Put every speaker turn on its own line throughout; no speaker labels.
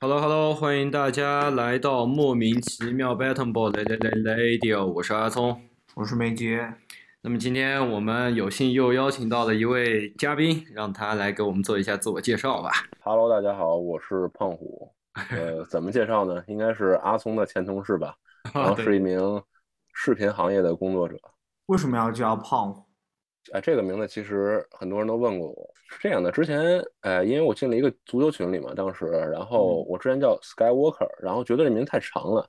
Hello，Hello，欢迎大家来到莫名其妙 Battle Ball 雷雷雷 Radio，我是阿聪。
我是梅杰，
那么今天我们有幸又邀请到了一位嘉宾，让他来给我们做一下自我介绍吧。
Hello，大家好，我是胖虎。呃，怎么介绍呢？应该是阿聪的前同事吧，
啊
然后是一名视频行业的工作者。
为什么要叫胖虎？
哎，这个名字其实很多人都问过我。是这样的，之前呃，因为我进了一个足球群里嘛，当时，然后我之前叫 Skywalker，然后觉得这名字太长了，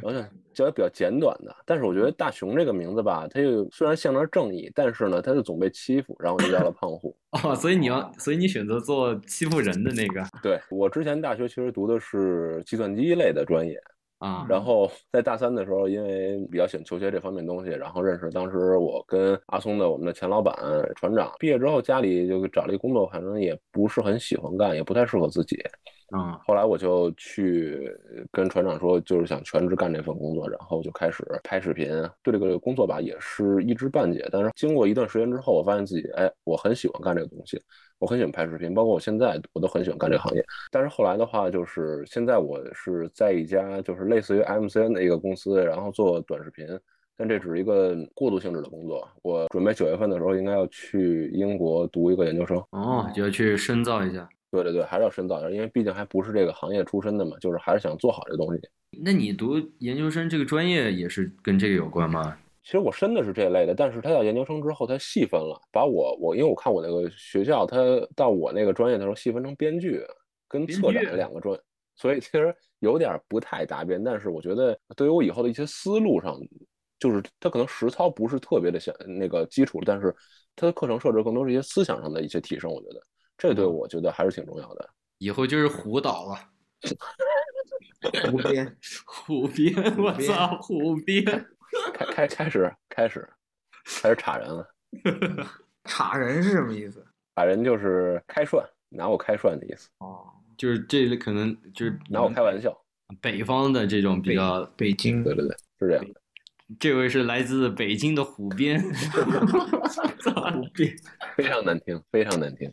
然后就叫一个比较简短的。但是我觉得大熊这个名字吧，它又虽然象征正义，但是呢，它就总被欺负，然后我就叫了胖虎。
哦，所以你要，所以你选择做欺负人的那个
对我之前大学其实读的是计算机类的专业，
啊？
然后在大三的时候，因为比较喜欢球鞋这方面东西，然后认识当时我跟阿松的我们的前老板船长。毕业之后家里就找了一工作，反正也不是很喜欢干，也不太适合自己。
嗯
后来我就去跟船长说，就是想全职干这份工作，然后就开始拍视频。对这个工作吧，也是一知半解。但是经过一段时间之后，我发现自己，哎，我很喜欢干这个东西，我很喜欢拍视频，包括我现在我都很喜欢干这个行业。但是后来的话，就是现在我是在一家就是类似于 MCN 的一个公司，然后做短视频。但这只是一个过渡性质的工作。我准备九月份的时候应该要去英国读一个研究生。
哦，就要去深造一下。
对对对，还是要深造一下，因为毕竟还不是这个行业出身的嘛，就是还是想做好这东西。
那你读研究生这个专业也是跟这个有关吗？
其实我深的是这类的，但是他到研究生之后，他细分了，把我我因为我看我那个学校，他到我那个专业的时候细分成编剧跟
编
策
剧
展两个专，所以其实有点不太搭边。但是我觉得对于我以后的一些思路上，就是他可能实操不是特别的想那个基础，但是他的课程设置更多是一些思想上的一些提升，我觉得这
嗯
对我觉得还是挺重要的。
以后就是胡导了，
湖边
胡编，我
编
操，胡编。
开开开始开始开始插人了，
查人是什么意思？
插人就是开涮，拿我开涮的意思，
哦，
就是这里可能就是
拿
嗯
我开玩笑。
北方的这种比较，
北京
对对对，是这样的。
这位是来自北京的虎 鞭，虎鞭，
非常难听，非常难听。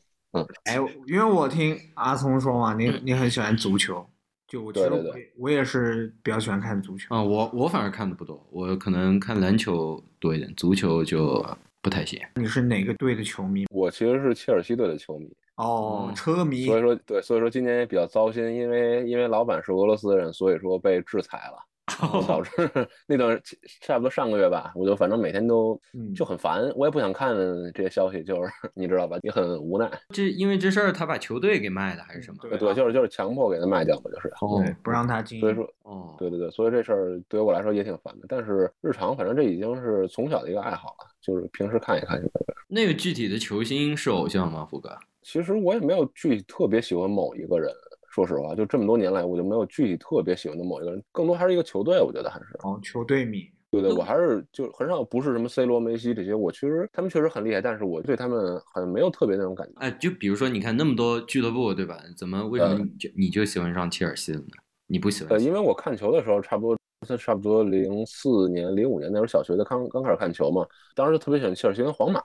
哎，因为我听阿聪说嘛，你你很喜欢足球，就我其实
对对
我也我也是比较喜欢看足球。
啊，我我反而看的不多，我可能看篮球多一点，足球就不太 行。
你是哪个队的球迷？
我其实是切尔西队的球迷，
哦，
嗯
车迷
所以说对，所以说今年也比较糟心，因为因为老板是俄罗斯人，所以说被制裁了，导致
哦
那段差不多上个月吧，我就反正每天都
嗯
就很烦，我也不想看这些消息，就是 你知道吧，也很无奈。
这因为这事儿，他把球队给卖了还是什么？
对
嗯
啊
对，就是就是强迫给他卖掉吧，就是。
哦
对，不让他进。
所以说，
哦，
对对对，所以这事儿对于我来说也挺烦的，但是日常反正这已经是从小的一个爱好了，就是平时看一看就可以了。
那个具体的球星是偶像吗？胡哥？
其实我也没有具体特别喜欢某一个人，说实话，就这么多年来，我就没有具体特别喜欢的某一个人，更多还是一个球队，我觉得还是
哦，球队迷。
对对，我还是就很少不是什么 C 罗、梅西这些，我其实他们确实很厉害，但是我对他们好像没有特别那种感觉。
哎，就比如说，你看那么多俱乐部，对吧？怎么为什么你就你就喜欢上切尔西了呢？你不喜欢
呃，
切？
因为我看球的时候，差不多他差不多零四年、零五年那时候小学的刚刚开始看球嘛，当时就特别喜欢切尔西跟皇马。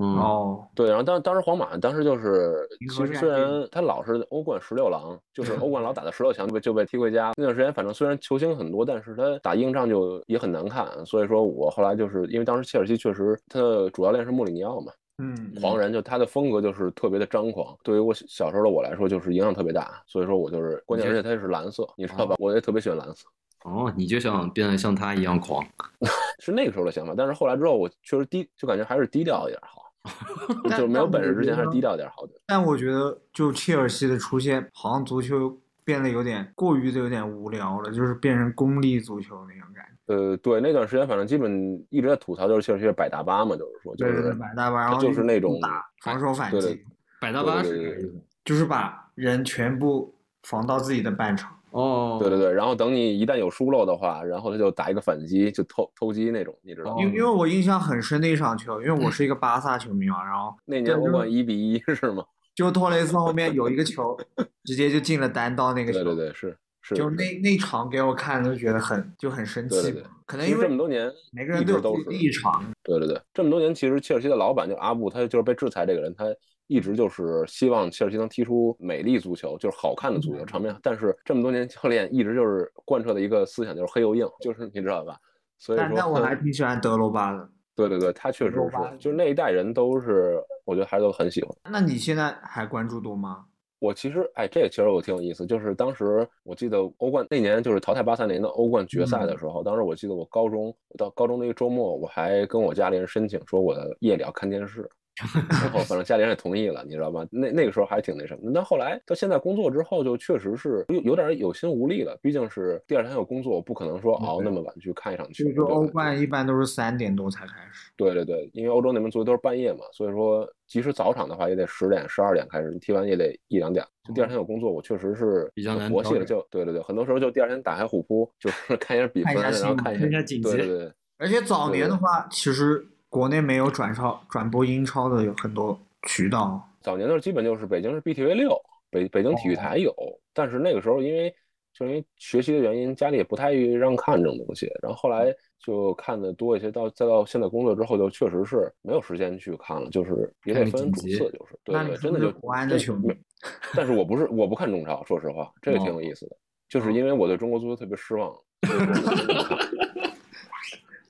嗯，
哦，
对，然后当当时皇马当时就是，
银河
其实
战
虽
舰
然他老是欧冠十六郎，就是 欧冠老打到十六强就被就被踢回家。那段时间反正虽然球星很多，但是他打硬仗就也很难看。所以说我后来就是因为当时切尔西确实他的主教练是穆里尼奥嘛，
嗯，
狂人就他的风格就是特别的张狂，对于我小小时候的我来说就是影响特别大。所以说我就是关键，而且他也是蓝色，你知道吧？我也特别喜欢蓝色。
哦，你就想变得像他一样狂。
是那个时候的想法，但是后来之后，我确实低，就感觉还是低调一点 好，
但
就是没有
但
本
我
事之
觉
前还是
得
低调一点好。
但我觉得，就切尔西的出现，好像足球变得有点过于的有点无聊了，就是变成功利足球那种感觉。
呃，对，那段时间反正基本一直在吐槽，就是切尔西是百大巴嘛，就是说，就
对对对，
是
百大巴，然
他
后
就是那种，
打防守反
对对
击，
百大巴
对
是
对
啥
对
意思？
就是把人全部防到自己的半场。
哦，
对对对，然后等你一旦有疏漏的话，然后他就打一个反击，就偷偷鸡那种，你知道吗？
因为因为我印象很深的一场球，因为我是一个巴萨球迷嘛，然后
嗯那年欧冠一比一是吗？
就托雷斯后面有一个 球，直接就进了单刀那个
对
球。
对对，是是。
就是那那场给我看就觉得很就很生气
对
嘛，
对对
可能
其
因
实
为
这么多年，
每个人
一
都
直
有
都
自己
是
的立场，
对对对，这么多年，其实切尔西的老板就是阿布，他就是被制裁这个人，他一直就是希望切尔西能踢出美丽足球，就是好看的足球场
嗯
面。但是这么多年，教练一直就是贯彻的一个思想就是黑又硬，就是你知道吧？所以
但
说，
但我还挺喜欢德罗巴的。
对对对，他确实
罗巴
是，就是那一代人都是，我觉得还是都很喜欢。
那你现在还关注多吗？
我其实，哎，这个其实我挺有意思，就是当时我记得欧冠那年就是淘汰八三零的欧冠决赛
嗯
的时候，当时我记得我高中到高中那个周末，我还跟我家里人申请说我夜里要看 电视，然后反正家里人也同意了，你知道吗？那那个时候还挺那什么的。但后来到现在工作之后，就确实是有有点有心无力了，毕竟是第二天有工作，我不可能说
嗯
熬那么晚去看一场球。
就是说
对吧
欧冠一般都是三点多才开始。
对对对，因为欧洲那边足球都是半夜嘛，所以说即使早场的话，也得十点、十二点开始，踢完也得一两点。就第
哦
二天有工作，我确实是
比较
很
难
佛系
调
了，
整
就对对对，很多时候就第二天打开虎扑，就是看一下比
看一下
分，然后
新闻
看一
看一
下，
下紧
对对
急。
对，
而且早年的
对
话，其实国内没有转超转播英超的有很多渠道。
早年的时候基本就是北京是 BTV 六，北北京体
哦
育台有，但是那个时候因为就因为学习的原因，家里也不太愿意让看这种东西。然后后来就看的多一些，到再到现在工作之后，就确实是没有时间去看了，就是也得
看个紧
分主
急
次，就是对
那
对，
你是
真
不
的
是
就
国安的
真
球
没
迷？
但是我不是我不看中超，说实话，这个挺有意思的，就是因为我对中国足球特别失望。所以说我真的不看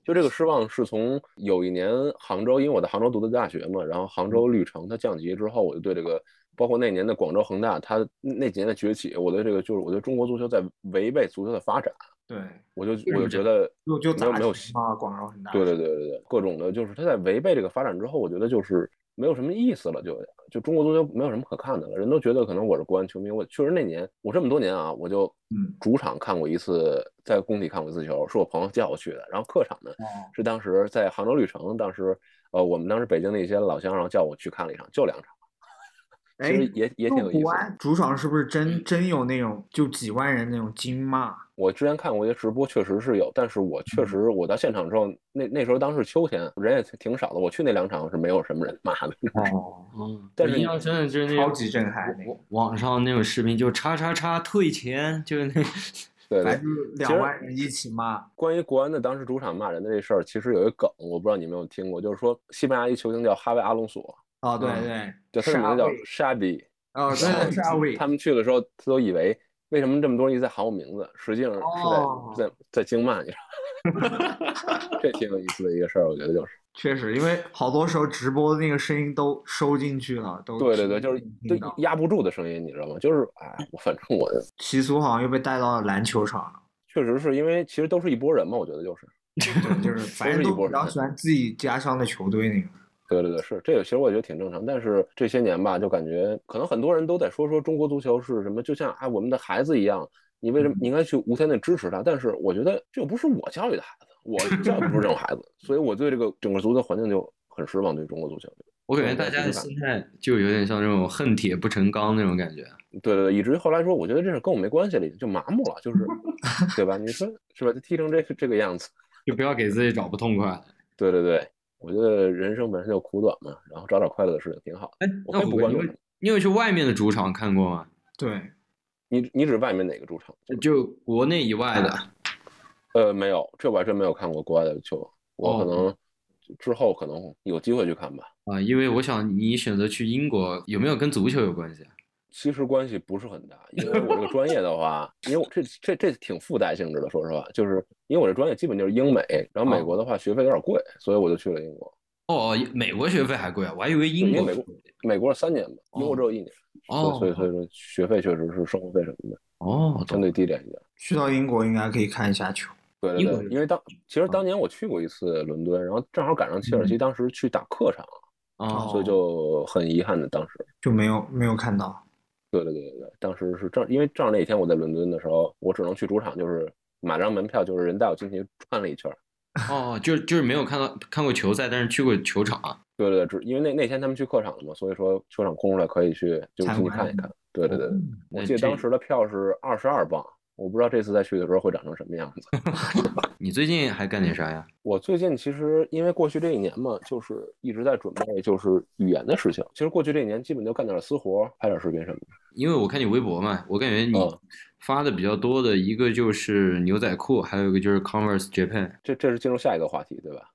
就这个失望是从有一年杭州，因为我在杭州读的大学嘛，然后杭州绿城它降级之后，我就对这个，包括那年的广州恒大，它那几年的崛起，我对这个就是我对中国足球在违背足球的发展，
对，
我就
么
我
这
就觉得
就就
嗯没有
砸
没有
球啊，广州恒大。
对对对对对，各种的，就是他在违背这个发展之后，我觉得就是没有什么意思了，就就中国足球没有什么可看的了。人都觉得可能我是国安球迷，我确实那年我这么多年啊，我就
嗯
主场看过一次，在工体看过一次球，是我朋友叫我去的。然后客场呢
哦
是当时在杭州绿城，当时呃我们当时北京的一些老乡，然后叫我去看了一场，就两场，其
哎
实，也也挺有意
国
思的。嗯
安主场是不是真真有那种就几万人那种惊骂？
我之前看过一些直播，确实是有，但是我
嗯
确实我到现场之后，那那时候当时秋天，人也挺少的。我去那两场是没有什么人骂的，
哦，
嗯，
但
我
是
印
你
象深的就是
哎
那
超
种
级震撼那个
网网上那种视频，就叉叉叉退钱，就是那
对
反
对
正。就是两万人一起骂。
关于国安的当时主场骂人的这事儿，其实有一梗，我不知道你有没有听过，就是说西班牙一球星叫哈维阿隆索，
哦，对
嗯
对，
就他的名字
沙
叫
威
Shabby，
啊哦，对对，沙威
他们去的时候，他都以为为什么这么多人一直在喊我名字，实际上是在、
哦
在在惊骂，你 知道吗？这挺有意思的一个事儿，我觉得就是，
确实，因为好多时候直播的那个声音都收进去了，都
对对对，就是
听
就
到。
压不住的声音，你知道吗？就是哎，我反正 我
习俗好像又被带到了篮球场 了，
确实是因为其实都是一拨人嘛，我觉得就是，
对，就是反正
都是一
都
拨
比较
人
喜欢自己家乡的球队那个。
对对对，是这个，其实我觉得挺正常。但是这些年吧，就感觉可能很多人都在说说中国足球是什么，就像啊我们的孩子一样，你为什
嗯
么你应该去无条件的支持他？但是我觉得这又不是我教育的孩子， 我教育不是这种孩子，所以我对这个整个足球环境就很失望，对中国足球。
我感觉大家的心态就有点像这种恨铁不成钢那种感觉。
对对对，以至于后来说，我觉得这事跟我没关系了，已经就麻木了，就是， 对吧？你说是吧？他踢成这个这个样子，
就不要给自己找不痛快。
对对对，我觉得人生本身就苦短嘛，然后找点快乐的事情挺好的。
哎，
我
那
会不
虎哥，
关
你
注
有你有去外面的主场看过吗？
对，
你你指外面哪个主场？
就国内以外的。
啊呃，没有，这我还真没有看过国外的球，我
哦
可能之后可能有机会去看吧。
啊，因为我想你选择去英国有没有跟足球有关系啊？
其实关系不是很大，因为我这个专业的话，因为我这这这挺附带性质的，说实话，就是因为我这专业基本就是英美，然后美
哦
国的话学费有点贵，所以我就去了英国。
哦，美国学费还贵啊，我还以为英
对
国
因为美国美国是三年嘛，英
哦
国只有一年，所以所以所以说学费确实是生活费什么的
哦，
相
懂。
对低廉一点。
去到英国应该可以看一下球。
对对
英国
对，
是嗯
因为当其实当年我去过一次伦敦，然后正好赶上切尔西当时去打客场，
哦，
所以就很遗憾的当时。
就没有没有看到。
对对对对，对，当时是正因为正好那一天我在伦敦的时候，我只能去主场，就是买张门票，就是人带我进去转了一圈儿。
哦，就就是没有看到看过球赛，但是去过球场啊。
对对对，只因为那那天他们去客场了嘛，所以说球场空出来可以去，就
参
进去
观
看一看。对对对，对我
那
记得
这
当时的票是二十二磅，我不知道这次再去的时候会长成什么样子。
你最近还干点啥呀？
我最近其实因为过去这一年嘛，就是一直在准备就是语言的事情。其实过去这一年基本就干点私活，拍点视频什么的。
因为我看你微博嘛，我感觉你
嗯
发的比较 多的一个就是牛仔裤，还有一个就是 Converse Japan。
这这是进入下一个话题，对吧？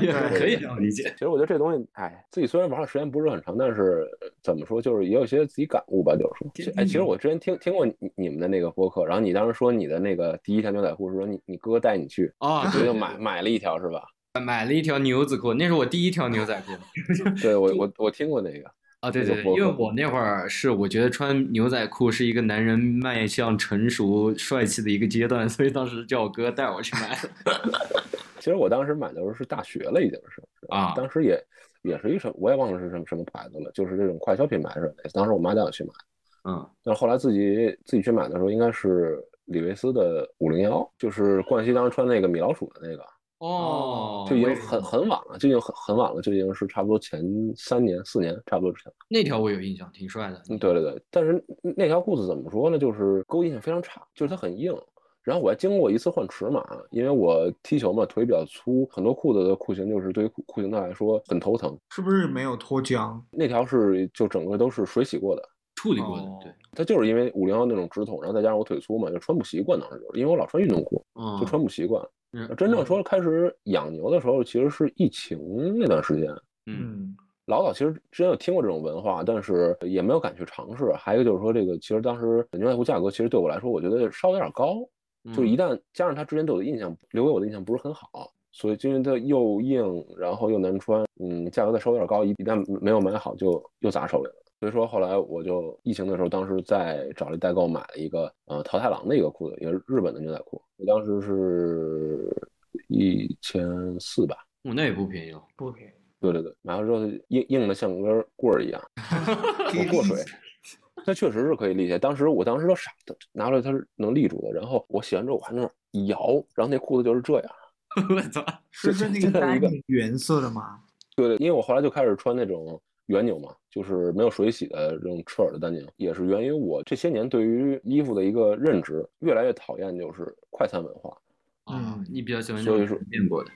也可以这样理解。
其实我觉得这东西，哎，自己虽然玩的时间不是很长，但是呃怎么说，就是也有些自己感悟吧。就是说，其实哎，
嗯
其实我之前听听过你你们的那个播客，然后你当时说你的那个第一条牛仔裤是说你你哥带你去，
啊，
所以
对
就买买了一条是 吧？
买了一条牛仔裤，那是我第一条牛仔 裤。
对我我我听过那个，
啊，对
那个
对对，
播
因为
客
我那会儿是我觉得穿牛仔裤是一个男人迈向成熟帅气的一个阶段，所以当时叫我哥带我去买 的。
其实我当时买的时候是大学了，已经是
啊
当时也也是一什，我也忘了是什么什么牌子了，就是这种快消品牌是吧？当时我妈带我去买，
嗯，
但是后来自己自己去买的时候，应该是李维斯的五零幺，就是冠希当时穿那个米老鼠的那个，
哦，
就已
我
经
也
很很晚了，就已经很很晚了，就已经是差不多前三年四年差不多之前了。
那条我有印象，挺帅的。
嗯，对对对，但是那那条裤子怎么说呢？就是给我印象非常差，就是它很硬。然后我还经过一次换尺码，因为我踢球嘛，腿比较粗，很多裤子的裤型就是对于裤裤型带来说很头疼。
是不是没有脱浆？
那条是就整个都是水洗过的，
处理过的，对，
它哦就是因为五零幺那种直筒，然后再加上我腿粗嘛，就穿不习惯。当时就是因为我老穿运动裤，
嗯，
就穿不习惯。
嗯
真正，说开始养牛的时候，其实是疫情那段时间。
嗯
嗯，
老早其实之前有听过这种文化，但是也没有敢去尝试。还有一个就是说，这个其实当时牛仔裤价格其实对我来说，我觉得稍微有点高，
嗯，
就是一旦加上它之前对我的印象，留给我的印象不是很好，所以就因为它又硬，然后又难穿，嗯，价格再稍微有点高，一一旦没有买好就又砸手里了。所以说后来我就疫情的时候，当时在找了代购买了一个呃桃太郎的一个裤子，也是日本的牛仔裤，我当时是一千四吧。
我那也不便宜 哦。
不便宜。
对对对，买回来之后硬硬的像根棍儿一样，不过水。它确实是可以立起来，当时我当时都傻，它拿出来它是能立住的。然后我洗完之后我还那儿一摇，然后那裤子就是这样。
我操，
是是那
这
个
这样
丹
一个
宁原色的吗？
对对，因为我后来就开始穿那种原牛嘛，就是没有水洗的这种彻耳的丹宁，也是源于我这些年对于衣服的一个认知，越来越讨厌就是快餐文化。
啊，你比较喜欢这
所以
种
说
变过的，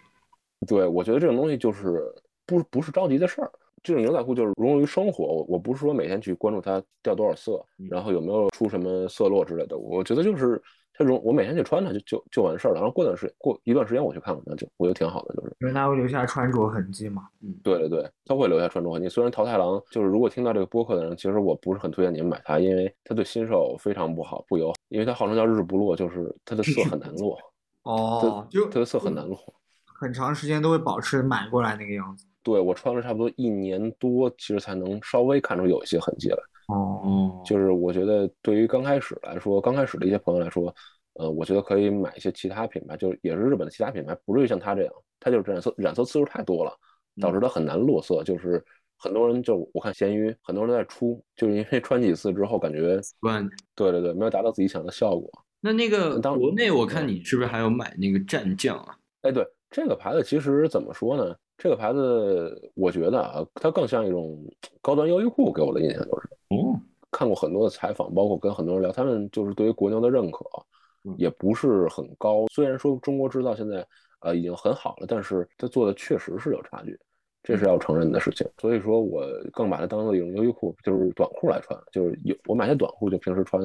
对，我觉得这种东西就是不不是着急的事儿。这种牛仔裤就是融入于生活，我我不是说每天去关注它掉多少色，然后有没有出什么色落之类的。我觉得就是它融，我每天去穿它就就就完事儿了。然后过段时过一段时间我去看看它就我就挺好的，就是
因为它会留下穿着痕迹嘛。
对对对，它会留下穿着痕迹。虽然桃太郎就是如果听到这个播客的人，其实我不是很推荐你们买它，因为它对新手非常不好，不友好，因为它号称叫日不落，就是它的色很难落，
哦，就
它的色很难落。
很长时间都会保持买过来那个样子。
对我穿了差不多一年多，其实才能稍微看出有一些痕迹来。
哦，
哦，
就是我觉得对于刚开始来说，刚开始的一些朋友来说，呃，我觉得可以买一些其他品牌，就是也是日本的其他品牌，不至于像它这样，它就是染色染色次数太多了，导致它很难落色。就是很多人就我看闲鱼，很多人在出，就是因为穿几次之后感觉，
关。
对对对，没有达到自己想要的效果。
那那个
当
国内，我看你是不是还有买那个蘸酱啊？
哎，对，这个牌子其实怎么说呢？这个牌子我觉得啊，它更像一种高端优衣库，给我的印象就是。
哦，
看过很多的采访，包括跟很多人聊，他们就是对于国牛的认可啊
嗯
也不是很高。虽然说中国制造现在呃已经很好了，但是它做的确实是有差距，这是要承认的事情。所以说我更把它当做一种优衣库，就是短裤来穿，就是有我买些短裤就平时穿。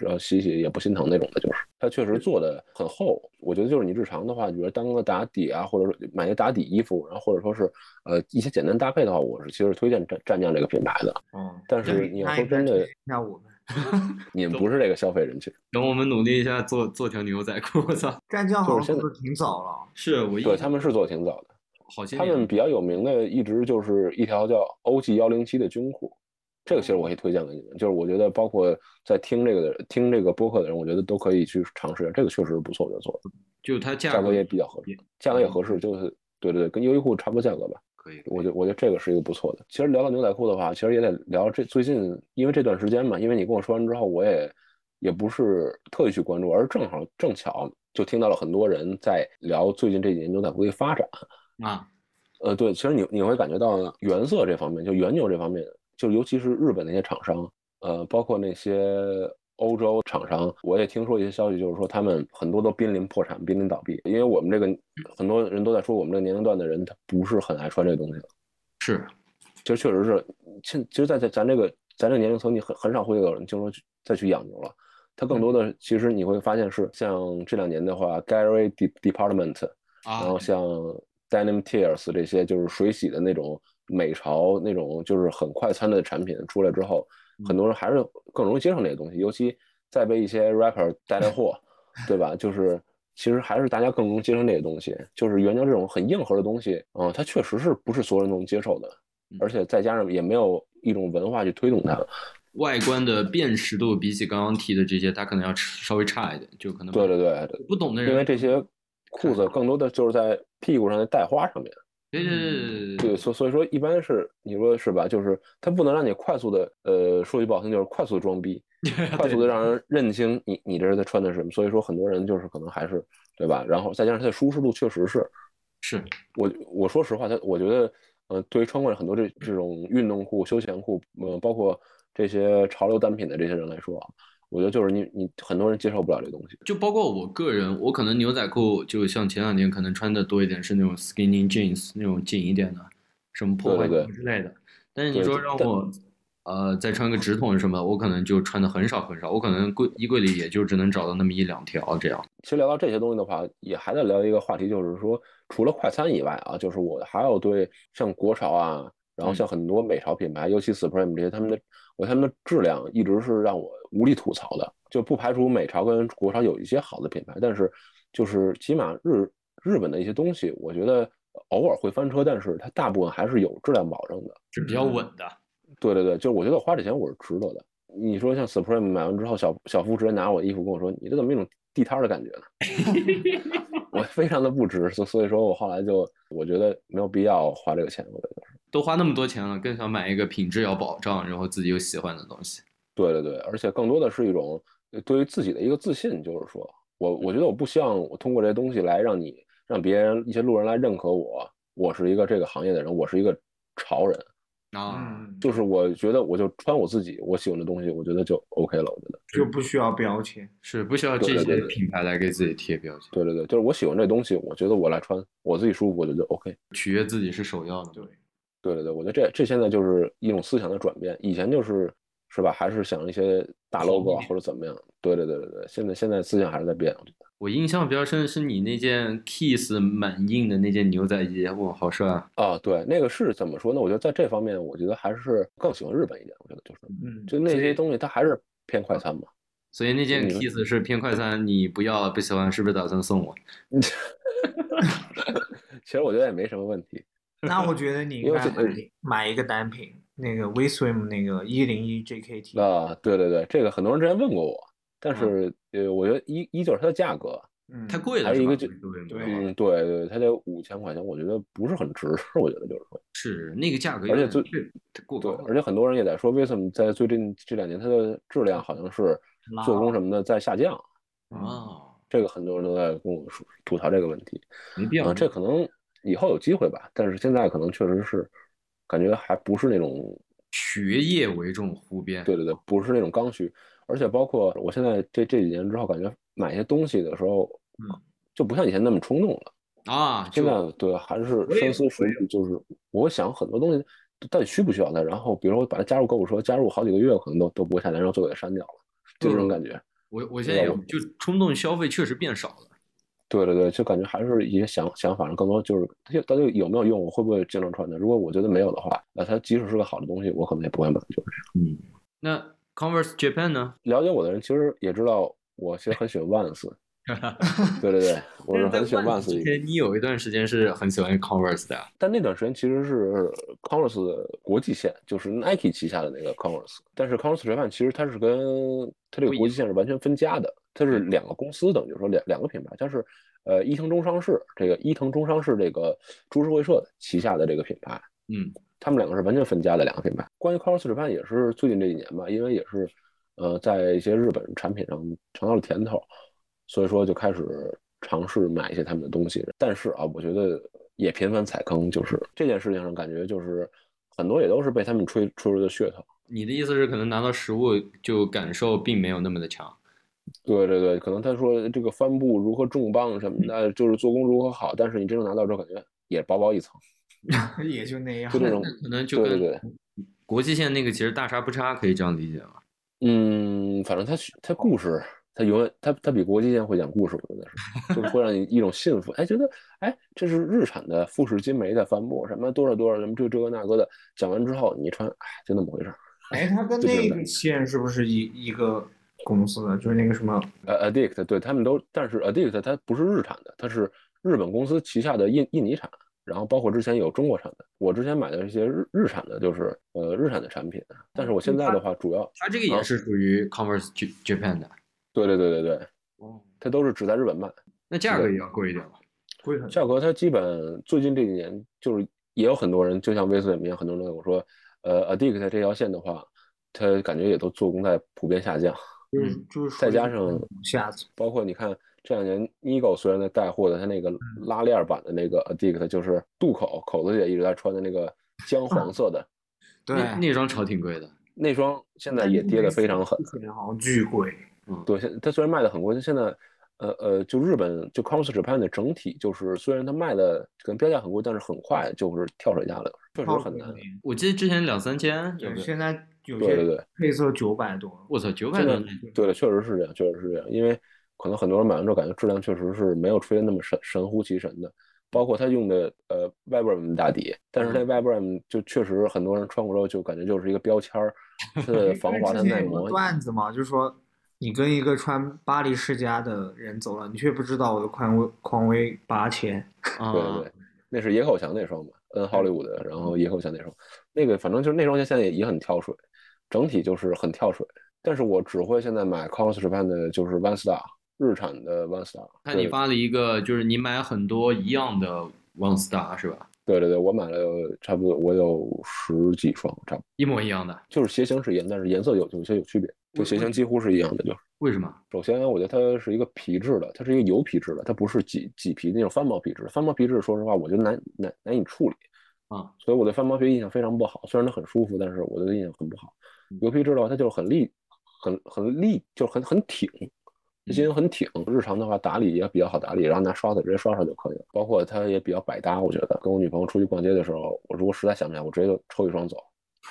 然后洗洗也不心疼那种的，就是它确实做的很厚。我觉得就是你日常的话，比如当个打底啊，或者说买些打底衣服，然后或者说是呃一些简单搭配的话，我是其实推荐蘸蘸酱这个品牌的。
哦，
但是
对
你要
那
说
应该
真
推
的，
荐一下我们
你们不是这个消费人群，
等我们努力一下做做条牛仔裤，我操！
蘸酱好
就是
像
现
做的挺早了。
是我
对
印
他
象
们是做的挺早的。
好些
他
年
们比较有名的一直就是一条叫 OG 幺零七的军裤，这个其实我可以推荐给你们。就是我觉得包括在听这个的听这个播客的人，我觉得都可以去尝试一下，这个确实不错，我觉得做的
就它价
价格
格
也比较合适，价格也合适，就是对对对，跟优衣库差不多价格吧。
可以，
我觉得我觉得这个是一个不错的。其实聊到牛仔裤的话，其实也得聊这最近，因为这段时间嘛，因为你跟我说完之后，我也也不是特意去关注，而是正好正巧就听到了很多人在聊最近这几年牛仔裤的发展。
啊，
呃，对，其实你你会感觉到原色这方面，就原牛这方面，就尤其是日本那些厂商，呃，包括那些欧洲厂商，我也听说一些消息，就是说他们很多都濒临破产、濒临倒闭，因为我们这个很多人都在说我们这个年龄段的人他不是很爱穿这个东西了。
是
其实确实是，现其实在，在咱这个咱这个年龄层，你很很少会有人就说去再去养牛了。它更多的其实你会发现是像这两年的话，Gary De- Department，
啊
然后像 Denim Tears 这些就是水洗的那种美潮那种就是很快餐的产品出来之后，很多人还是更容易接受那些东西，尤其再被一些 rapper 带带货，对吧？就是其实还是大家更容易接受那些东西，就是原浆这种很硬核的东西，嗯，它确实是不是所有人都能接受的，而且再加上也没有一种文化去推动它，
外观的辨识度比起刚刚提的这些，它可能要稍微差一点，就可能
对对对，
不懂的人
因为这些裤子更多的就是在屁股上的带花上面。
对对对对
对，所所以说一般是你说是吧？就是它不能让你快速的，呃，说句不好听，就是快速地装逼，
啊对，
快速的让人认清你你这是在穿的是什么。所以说很多人就是可能还是对吧？然后再加上它的舒适度，确实是
是
我我说实话，它我觉得，呃，对于穿过很多这这种运动裤、休闲裤，呃，包括这些潮流单品的这些人来说啊，我觉得就是你你很多人接受不了这东西。
就包括我个人，我可能牛仔裤就像前两年可能穿的多一点是那种 skinny jeans 那种紧一点的，什么破坏
对对
裤之类的。但是你
对
说
对
让
但
我呃再穿个直筒什么，我可能就穿的很少很少，我可能柜衣柜里也就只能找到那么一两条这样。
其实聊到这些东西的话，也还在聊一个话题，就是说，除了快餐以外啊，就是我还有对像国潮啊，然后像很多美潮品牌，尤其 Supreme 这些，他们的我他们的质量一直是让我无力吐槽的。就不排除美潮跟国潮有一些好的品牌，但是就是起码日日本的一些东西，我觉得偶尔会翻车，但是它大部分还是有质量保证的。
是比较稳的，
对对对，就是我觉得我花这钱我是值得的。你说像 Supreme 买完之后，小小夫直接拿我衣服跟我说：“你这怎么有一种地摊儿的感觉呢？” 我非常的不值，所所以说我后来就我觉得没有必要花这个钱，我觉得。
都花那么多钱了，更想买一个品质有保障，然后自己又喜欢的东西。
对对对，而且更多的是一种呃对于自己的一个自信，就是说我我觉得我不希望我通过这些东西来让你让别人一些路人来认可我，我是一个这个行业的人，我是一个潮人，
啊，
嗯，
就是我觉得我就穿我自己我喜欢的东西，我觉得就 OK 了，我觉得。
就不需要标签。
是不需要
对
这
对对
些
对
品牌来给自己贴标签，
对对对，就是我喜欢这东西，我觉得我来穿，我自己舒服，我觉得就 OK。
取悦自己是首要的。
对，
对对对，我觉得这这现在就是一种思想的转变，以前就是是吧，还是想一些大 logo 啊或者怎么样。对对对对对，现在现在思想还是在变，我觉得。
我印象比较深的是你那件 Kiss 满印的那件牛仔衣，哇，好帅啊！
啊，对，那个是怎么说呢？我觉得在这方面，我觉得还是更喜欢日本一点。我觉得就是，
嗯，
就那些东西，它还是偏快餐嘛。
所以那件
你呢
Kiss 是偏快餐，你不要不喜欢，是不是打算送我？
嗯其实我觉得也没什么问题。
那我觉得你应
因为
该
这
买买一个单品，那个 w e s w i m 那个一零一 JKT，
啊，对对对，这个很多人之前问过我，但是呃，我觉得一一就是它的价格，
嗯，
太贵了
还有
是
一
吧？
个就
对
嗯，对对，它得五千块钱，我觉得不是很值， 我觉得就是说，
是那个价格
而
有
且
点
最
贵太过
对
嗯
高，了。
而且很多人也在说，为什么在最近这两年它的质量好像是
拉
做工
了
什么的在下降，
嗯
啊，
这个很多人都在跟我说吐槽这个问题
没必
啊、
要。
这可能以后有机会吧，但是现在可能确实是感觉还不是那种，
学业为重，湖边。
对对对，不是那种刚需，而且包括我现在这这几年之后，感觉买一些东西的时候
嗯，
就不像以前那么冲动了。
啊，
现
就
在对还是
我也
深思熟虑，就是我会想很多东西到底需不需要它，然后比如说我把它加入购物车，加入好几个月可能都都不会下单，然后最后给它删掉了，就
嗯
这种感觉。
我我现在有，就冲动消费确实变少了。
对对对，就感觉还是一些想想法上更多就是它就到底有没有用，我会不会经常穿它？如果我觉得没有的话，那它即使是个好的东西，我可能也不会买。就是
嗯，那 Converse Japan 呢？
这样了解我的人其实也知道，我其实很喜欢 Vans。对对对， 我是很喜 欢 Vans 的
之
一个。
前你有一段时间是很喜欢 Converse 的啊，
但那段时间其实是 Converse 的国际线，就是 Nike 旗下的那个 Converse。但是 Converse Japan 其实它是跟它这个国际线是完全分家的，它是两个公司，等于说两两个品牌。它是呃伊藤忠商事这个伊藤忠商事这个株式会社旗下的这个品牌，
嗯，
他们两个是完全分家的两个品牌。关于 Converse Japan 也是最近这几年吧，因为也是呃在一些日本产品上尝到了甜头，所以说就开始尝试买一些他们的东西。但是啊，我觉得也频繁踩坑，就是这件事情上感觉就是很多也都是被他们吹吹出的噱头。
你的意思是可能拿到实物就感受并没有那么的强。
对对对，可能他说这个帆布如何重磅什么的，就是做工如何好，但是你真正拿到之后，感觉也薄薄一层，
也就那样
就。这种。
那可能就
嗯对对
跟
对，
国际线那个其实大差不差，可以这样理解吗？
嗯，反正他他故事，他永远他他比国际线会讲故事，我觉得是，就是会让你一种信服，哎，觉得哎，这是日产的富士金梅的帆布，什么多少多少什么这这个那个的，讲完之后你一穿，哎，就那么回事儿。
哎，它跟
对
那
对
个
对
线是不是一一个公司的？就是那个什么
呃，Addict，对他们都，但是 Addict 它不是日产的，它是日本公司旗下的印印尼产，然后包括之前有中国产的。我之前买的这些日日产的，就是呃日产的产品，但是我现在的话主要，
它这个也
啊
是属于 Converse J- Japan 的，
对对对对对，
哦，
它都是只在日本卖，
那价格也要贵一点吧？
贵很
价格它基本最近这几年就是也有很多人，就像 v i s 一样，很多人跟我说，呃，Addict 这条线的话，它感觉也都做工在普遍下降，
就是
嗯
就是属
再
于
加上
下子
包括你看这两年 Nigo 虽然在带货的，它那个拉链版的那个 Addict 就是渡口口子姐一直在穿的那个姜黄色的、
对
那那双潮挺贵的，
那双，现在也跌得非常狠。
之前好像巨贵，
对，现它虽然卖的很贵，但现在呃呃，就日本就 Converse Japan 的整体就是虽然它卖的可能标价很贵，但是很快就是跳水价了，确实很难。
我记得之前两三千，要
对，
不要
现在有
对对
些
对，
配色九百多，
我操，九百
现
多
在
呢，
对了，确实是这样，确实是这样，因为可能很多人买完之后感觉质量确实是没有吹的那么神神乎其神的，包括他用的呃 Vibram 大底，
嗯
但是那 Vibram 就确实很多人穿过之后就感觉就是一个 标签儿，它
哎
的防滑、它
之
的耐
前有个
磨，
段子嘛，就说你跟一个穿巴黎世家的人走了，你却不知道我的匡威匡威八千，
啊，
对对对，那是野口翔那双嘛，N 好莱坞的，然后野口翔那双，那个反正就是那双鞋现在也也很跳水，整体就是很跳水，但是我只会现在买 Converse Japan 的就是 One Star，日产的 One Star，
看你
对
发了一个，就是你买很多一样的 One Star 是吧？
对对对，我买了差不多，我有十几双，差不多，
一模一样的，
就是鞋型是一样，但是颜色有有些有区别，就鞋型几乎是一样的。就是
为什么？
首先，我觉得它是一个皮质的，它是一个油皮质的，它不是麂麂皮那种翻毛皮质。翻毛皮质，说实话，我觉得难难难以处理
啊，
所以我对翻毛皮印象非常不好。虽然它很舒服，但是我对它印象很不好。
嗯
油皮质的话，它就是很立，很很立，就是很很挺，
嗯
这些很挺。日常的话打理也比较好打理，然后拿刷子直接刷刷就可以了。包括它也比较百搭，我觉得跟我女朋友出去逛街的时候，我如果实在想不想，我直接就抽一双走，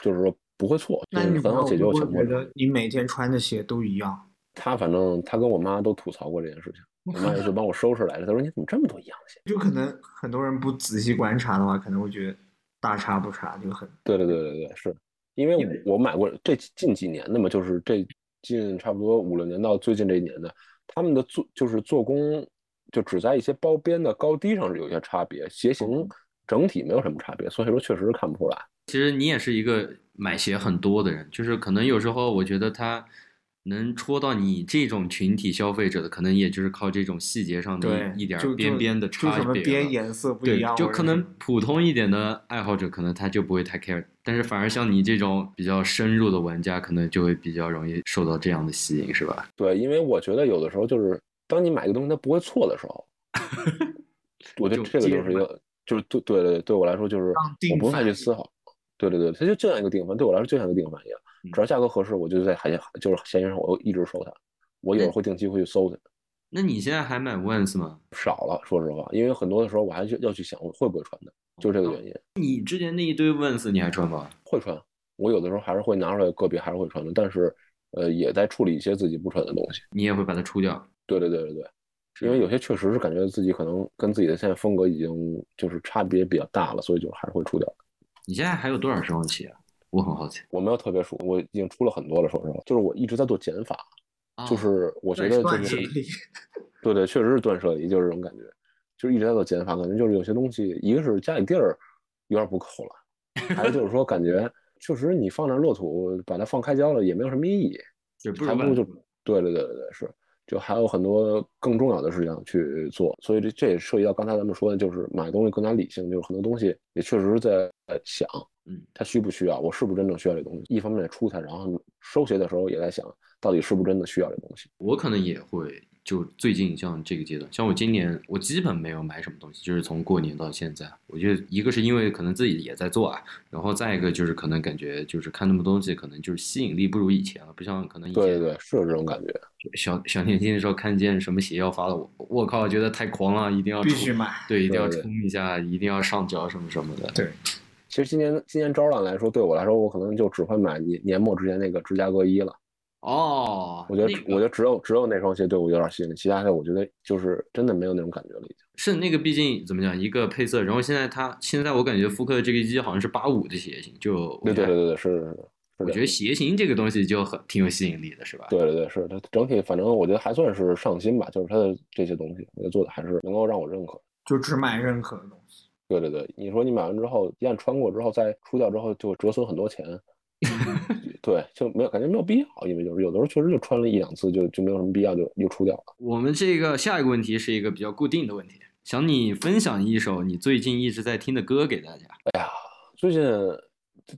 就是说不会错，就
那
是
你
很好解决我
会
情
不
况
会觉。得你每天穿的鞋都一样？
她反正她跟我妈都吐槽过这件事情，我妈有一次帮我收拾来着，她说你怎么这么多一样的鞋？
就可能很多人不仔细观察的话，可能会觉得大差不差，就很
对对对对对，是因为
因为
我买过这近几年的嘛，就是这近差不多五六年到最近这一年的，他们的做就是做工就只在一些包边的高低上是有一些差别，鞋型
嗯
整体没有什么差别，所以说确实是看不出来。
其实你也是一个买鞋很多的人，就是可能有时候我觉得它能戳到你这种群体消费者的，可能也就是靠这种细节上
对
的，一一点
就
边
就
边的
就
差
什么
别
边
了
颜色不一
对
样，，
就
或者
可
是
能普通一点的爱好者，可能他就不会太 care，但是反而像你这种比较深入的玩家，可能就会比较容易受到这样的吸引，是吧？
对，因为我觉得有的时候就是当你买一个东西它不会错的 时候，我觉得
就
这个
接
就
着
是一个，就是对对对对我来说就是
当
我
定
不用太
番
去思考，对对对，它就就像一个定番，对我来说就像一个定番一样，
嗯
只要价格合适，我就在海就是闲鱼上我一直收它，我
嗯
有时候会定期会去搜它，
那你现在还买 Vans 吗？
少了说实话，因为很多的时候我还去要去想我会不会穿它，就是这
哦
个原因，
你之前那一堆 Vans 你还穿吗？
会穿，我有的时候还是会拿出来个别还是会穿的，但是呃也在处理一些自己不穿的东西，
你也会把它出掉？
对对对对对。
是
嗯
因为有些确实是感觉自己可能跟自己的现在风格已经就是差别比较大了，所以就还是会出掉。
你现在还有多少双鞋啊？我很好奇。
我没有特别数，我已经出了很多了，说实话，就是我一直在做减法，
啊
就是我觉得就
哦断舍
是
离，
对对，确实是断舍离，就是这种感觉，就是一直在做减法，感觉就是有些东西，一个是家里地儿有点不够了，还有就是说感觉确实你放那儿落土，把它放开胶了也没有什么意义，
对，不
还不
如
如就对对对对对是，就还有很多更重要的事情去做，所以这这也涉及到刚才咱们说的，就是买东西更加理性，就是很多东西也确实是在想，
嗯，
它需不需要，我是不是真正需要这东西？一方面出它，然后收鞋的时候也在想，到底是不是真的需要这东西？
我可能也会，就最近像这个阶段，像我今年我基本没有买什么东西，就是从过年到现在，我觉得一个是因为可能自己也在做啊，然后再一个就是可能感觉就是看那么多东西，可能就是吸引力不如以前了，不像可能以前
对对对，是有这种感觉。
小小年轻的时候看见什么鞋要发了，我我靠，觉得太狂了，一定要
必
冲
须，买。
对，一定要
对对
冲一下，一定要上脚什么什么的，
对，
其实今年今年招揽来说，对我来说，我可能就只会买年年末之前那个芝加哥一了，
哦，
我觉得
那
只，
个
我觉得只有只有那双鞋对我有点吸引力，其他的我觉得就是真的没有那种感觉了，已经。
是那个，毕竟怎么讲，一个配色。然后现在它现在我感觉复刻的这个一好像是八五的鞋型，就我
对对
觉得
对对对，是是是，是
我
这
觉
样
得鞋型这个东西就很挺有吸引力的，是吧？
对对对，是它整体，反正我觉得还算是上心吧，就是它的这些东西，我觉得做的还是能够让我认可。
就只买认可的东西。
对对对，你说你买完之后，一旦穿过之后再出掉之后，就折损很多钱。对，就没有感觉没有必要，因为就是有的时候确实就穿了一两次就就没有什么必要就又出掉了。
我们这个下一个问题是一个比较固定的问题，想你分享一首你最近一直在听的歌给大家。
最近，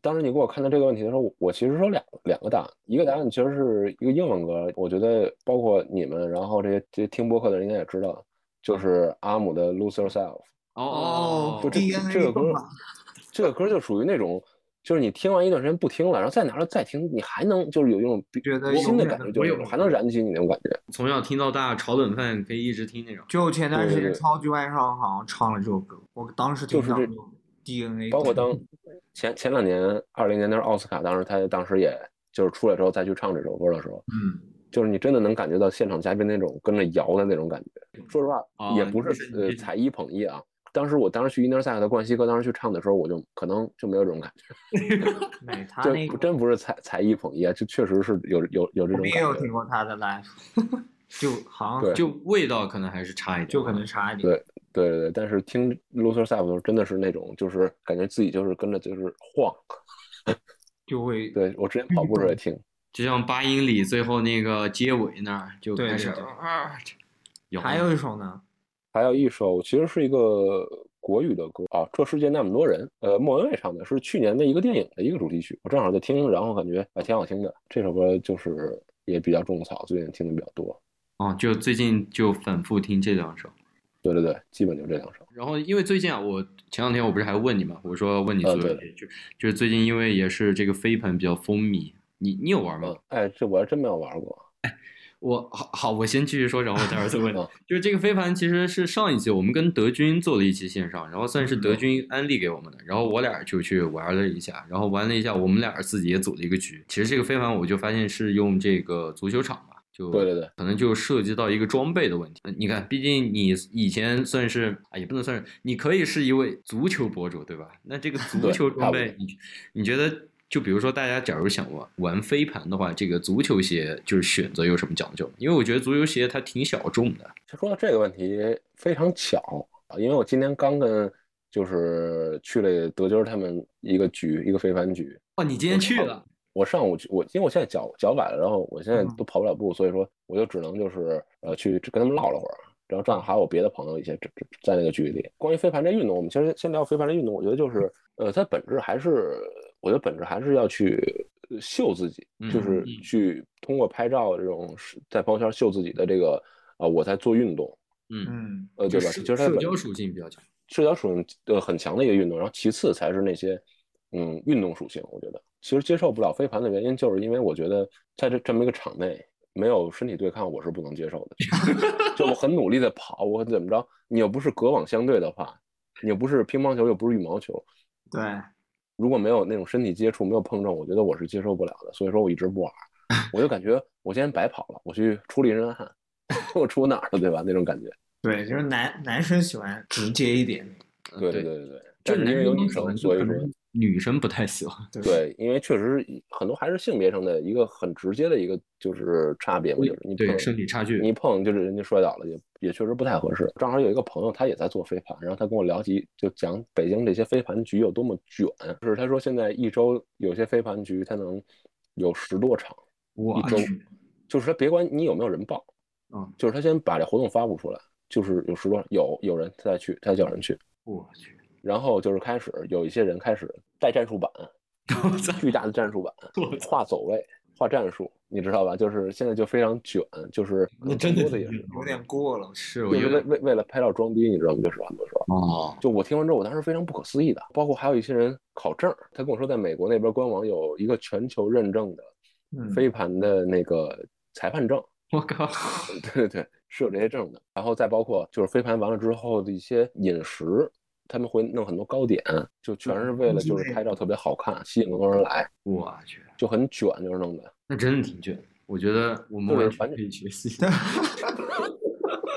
当时你给我看到这个问题的时候，我我其实说两个两个答案，一个答案其实是一个英文歌，我觉得包括你们，然后这些这些听播客的人应该也知道，就是阿姆的《Lose Yourself》。
哦
就
哦
这
第一
这个
个
歌
吧，
这个歌就属于那种，就是你听完一段时间不听了，然后再拿出来再听，你还能就是有一种比
觉得
新的
永远
感
的
觉，就
没
是
有
那种还能燃起你那种感觉。
从小听到大，炒冷饭可以一直听那种。
就前段时
对对
间
对
超级外商好像唱了这首歌，我当时
就
听到
是这
DNA，
包 括当前前两年二零年那时候奥斯卡，当时他当时也就是出来之后再去唱这首歌的时候，
嗯，
就是你真的能感觉到现场嘉宾那种跟着摇的那种感觉。说实话，
哦
也不
就是
是
你
呃
这
踩一捧一啊。当时我当时去 Inner Sack 的冠希哥当时去唱的时候，我就可能就没有这种感觉，
对他
这
那
不
个
真不是踩踩一捧一啊，这确实是有有有这
我
种
们
感
也有
觉
听。过他的 live，就好
对
像
就味道可能还是差一点，
就可能差一点。
对对对，但是听 Loser s a f 的时候，真的是那种就是感觉自己就是跟着就是晃。
就会
对我之前跑步的时候也听，
就像八英里最后那个结尾那儿就
对
开始
对对
啊，有
还有一首呢，
还有一首其实是一个国语的歌啊，《这世界那么多人》，呃，莫文蔚唱的是去年的一个电影的一个主题曲，我正好在听，然后感觉啊挺好听的。这首歌就是也比较种草，最近听的比较多。
哦，就最近就反复听这两首。
对对对，基本就这两首。
然后因为最近啊，我前两天我不是还问你嘛，我说问你
呃
所有
对
就就是最近因为也是这个飞盘比较风靡，你你有玩吗
嗯？，哎，这我还真没有玩过。
我好好，我先继续说，然后我待会儿再 问你
好。
就是这个飞盘其实是上一期我们跟德军做了一期线上，然后算是
嗯
德军安利给我们的，然后我俩就去玩了一下，然后玩了一下，我们俩自己也组了一个局。其实这个飞盘我就发现是用这个足球场嘛，就
对对对，
可能就涉及到一个装备的问题。呃你看，毕竟你以前算是啊，也不能算是，你可以是一位足球博主，对吧？那这个足
对
球
差
装
不多
备，你你觉得，就比如说大家假如想玩玩飞盘的话，这个足球鞋就是选择有什么讲究吗？因为我觉得足球鞋它挺小众的。
说到这个问题非常巧啊，因为我今天刚跟就是去了德军他们一个局，一个非凡局。
哦，你今天去了？
我上午去，我因为我现在脚脚崴了，然后我现在
嗯
都跑不了步，所以说我就只能就是呃去跟他们唠了会儿。然后正好还有别的朋友一些这这在那个局里。关于飞盘这运动，我们其实先聊飞盘这运动，我觉得就是呃它本质还是，我觉得本质还是要去呃秀自己，就是
嗯嗯
去通过拍照这种是在朋友圈秀自己的这个啊、我在做运动。
嗯，
嗯，
呃，对吧？
社
其实它
社
本
交属性比较强。
社交属性呃很强的一个运动，然后其次才是那些嗯运动属性。我觉得其实接受不了飞盘的原因，就是因为我觉得在这这么一个场内没有身体对抗，我是不能接受的。 就我很努力的跑，我怎么着，你又不是隔网相对的话，你又不是乒乓球，又不是羽毛球，
对，
如果没有那种身体接触，没有碰撞，我觉得我是接受不了的。所以说我一直不玩儿，我就感觉我今天白跑了，我去出了一身汗， 我出哪儿了，对吧？那种感觉。
对，就是男 男生喜欢直接一点，
呃
对
对
对对对对。
就
但是因为有女
可
生，
能
所以
可
说
能女生不太喜欢。
对，
对，因为确实是很多还是性别上的一个很直接的一个就是差别吧，就是你
对
碰
生理差距。
你一碰就是人家摔倒了，也也确实不太合适。正好有一个朋友他也在做飞盘，然后他跟我聊起就讲北京这些飞盘局有多么卷，就是他说现在一周有些飞盘局他能有十多场，
我
一周，就是他别管你有没有人报，
嗯，
就是他先把这活动发布出来，就是有十多有有人他再去，他叫人去，
我去，
然后就是开始有一些人开始带战术板，
我操！
巨大的战术板。
我操！
画走位、画战术，你知道吧？就是现在就非常卷，就是
那真的
很多的也
是
是，
有点过了。
是我
就是
有
为
点
为为了拍照装逼，你知道吗？就是很多时候，
哦，
就我听完之后，我当时非常不可思议的。包括还有一些人考证，他跟我说，在美国那边官网有一个全球认证的
嗯，
飞盘的那个裁判证，
我靠！
对对对，是有这些证的。然后再包括就是飞盘完了之后的一些饮食。他们会弄很多糕点，就全是
嗯
为了就是拍照特别好看，吸引更多人来，
我去，
就很卷，就是弄的。
那真的挺卷。我觉得我们
就是
完全
完
可以学 习。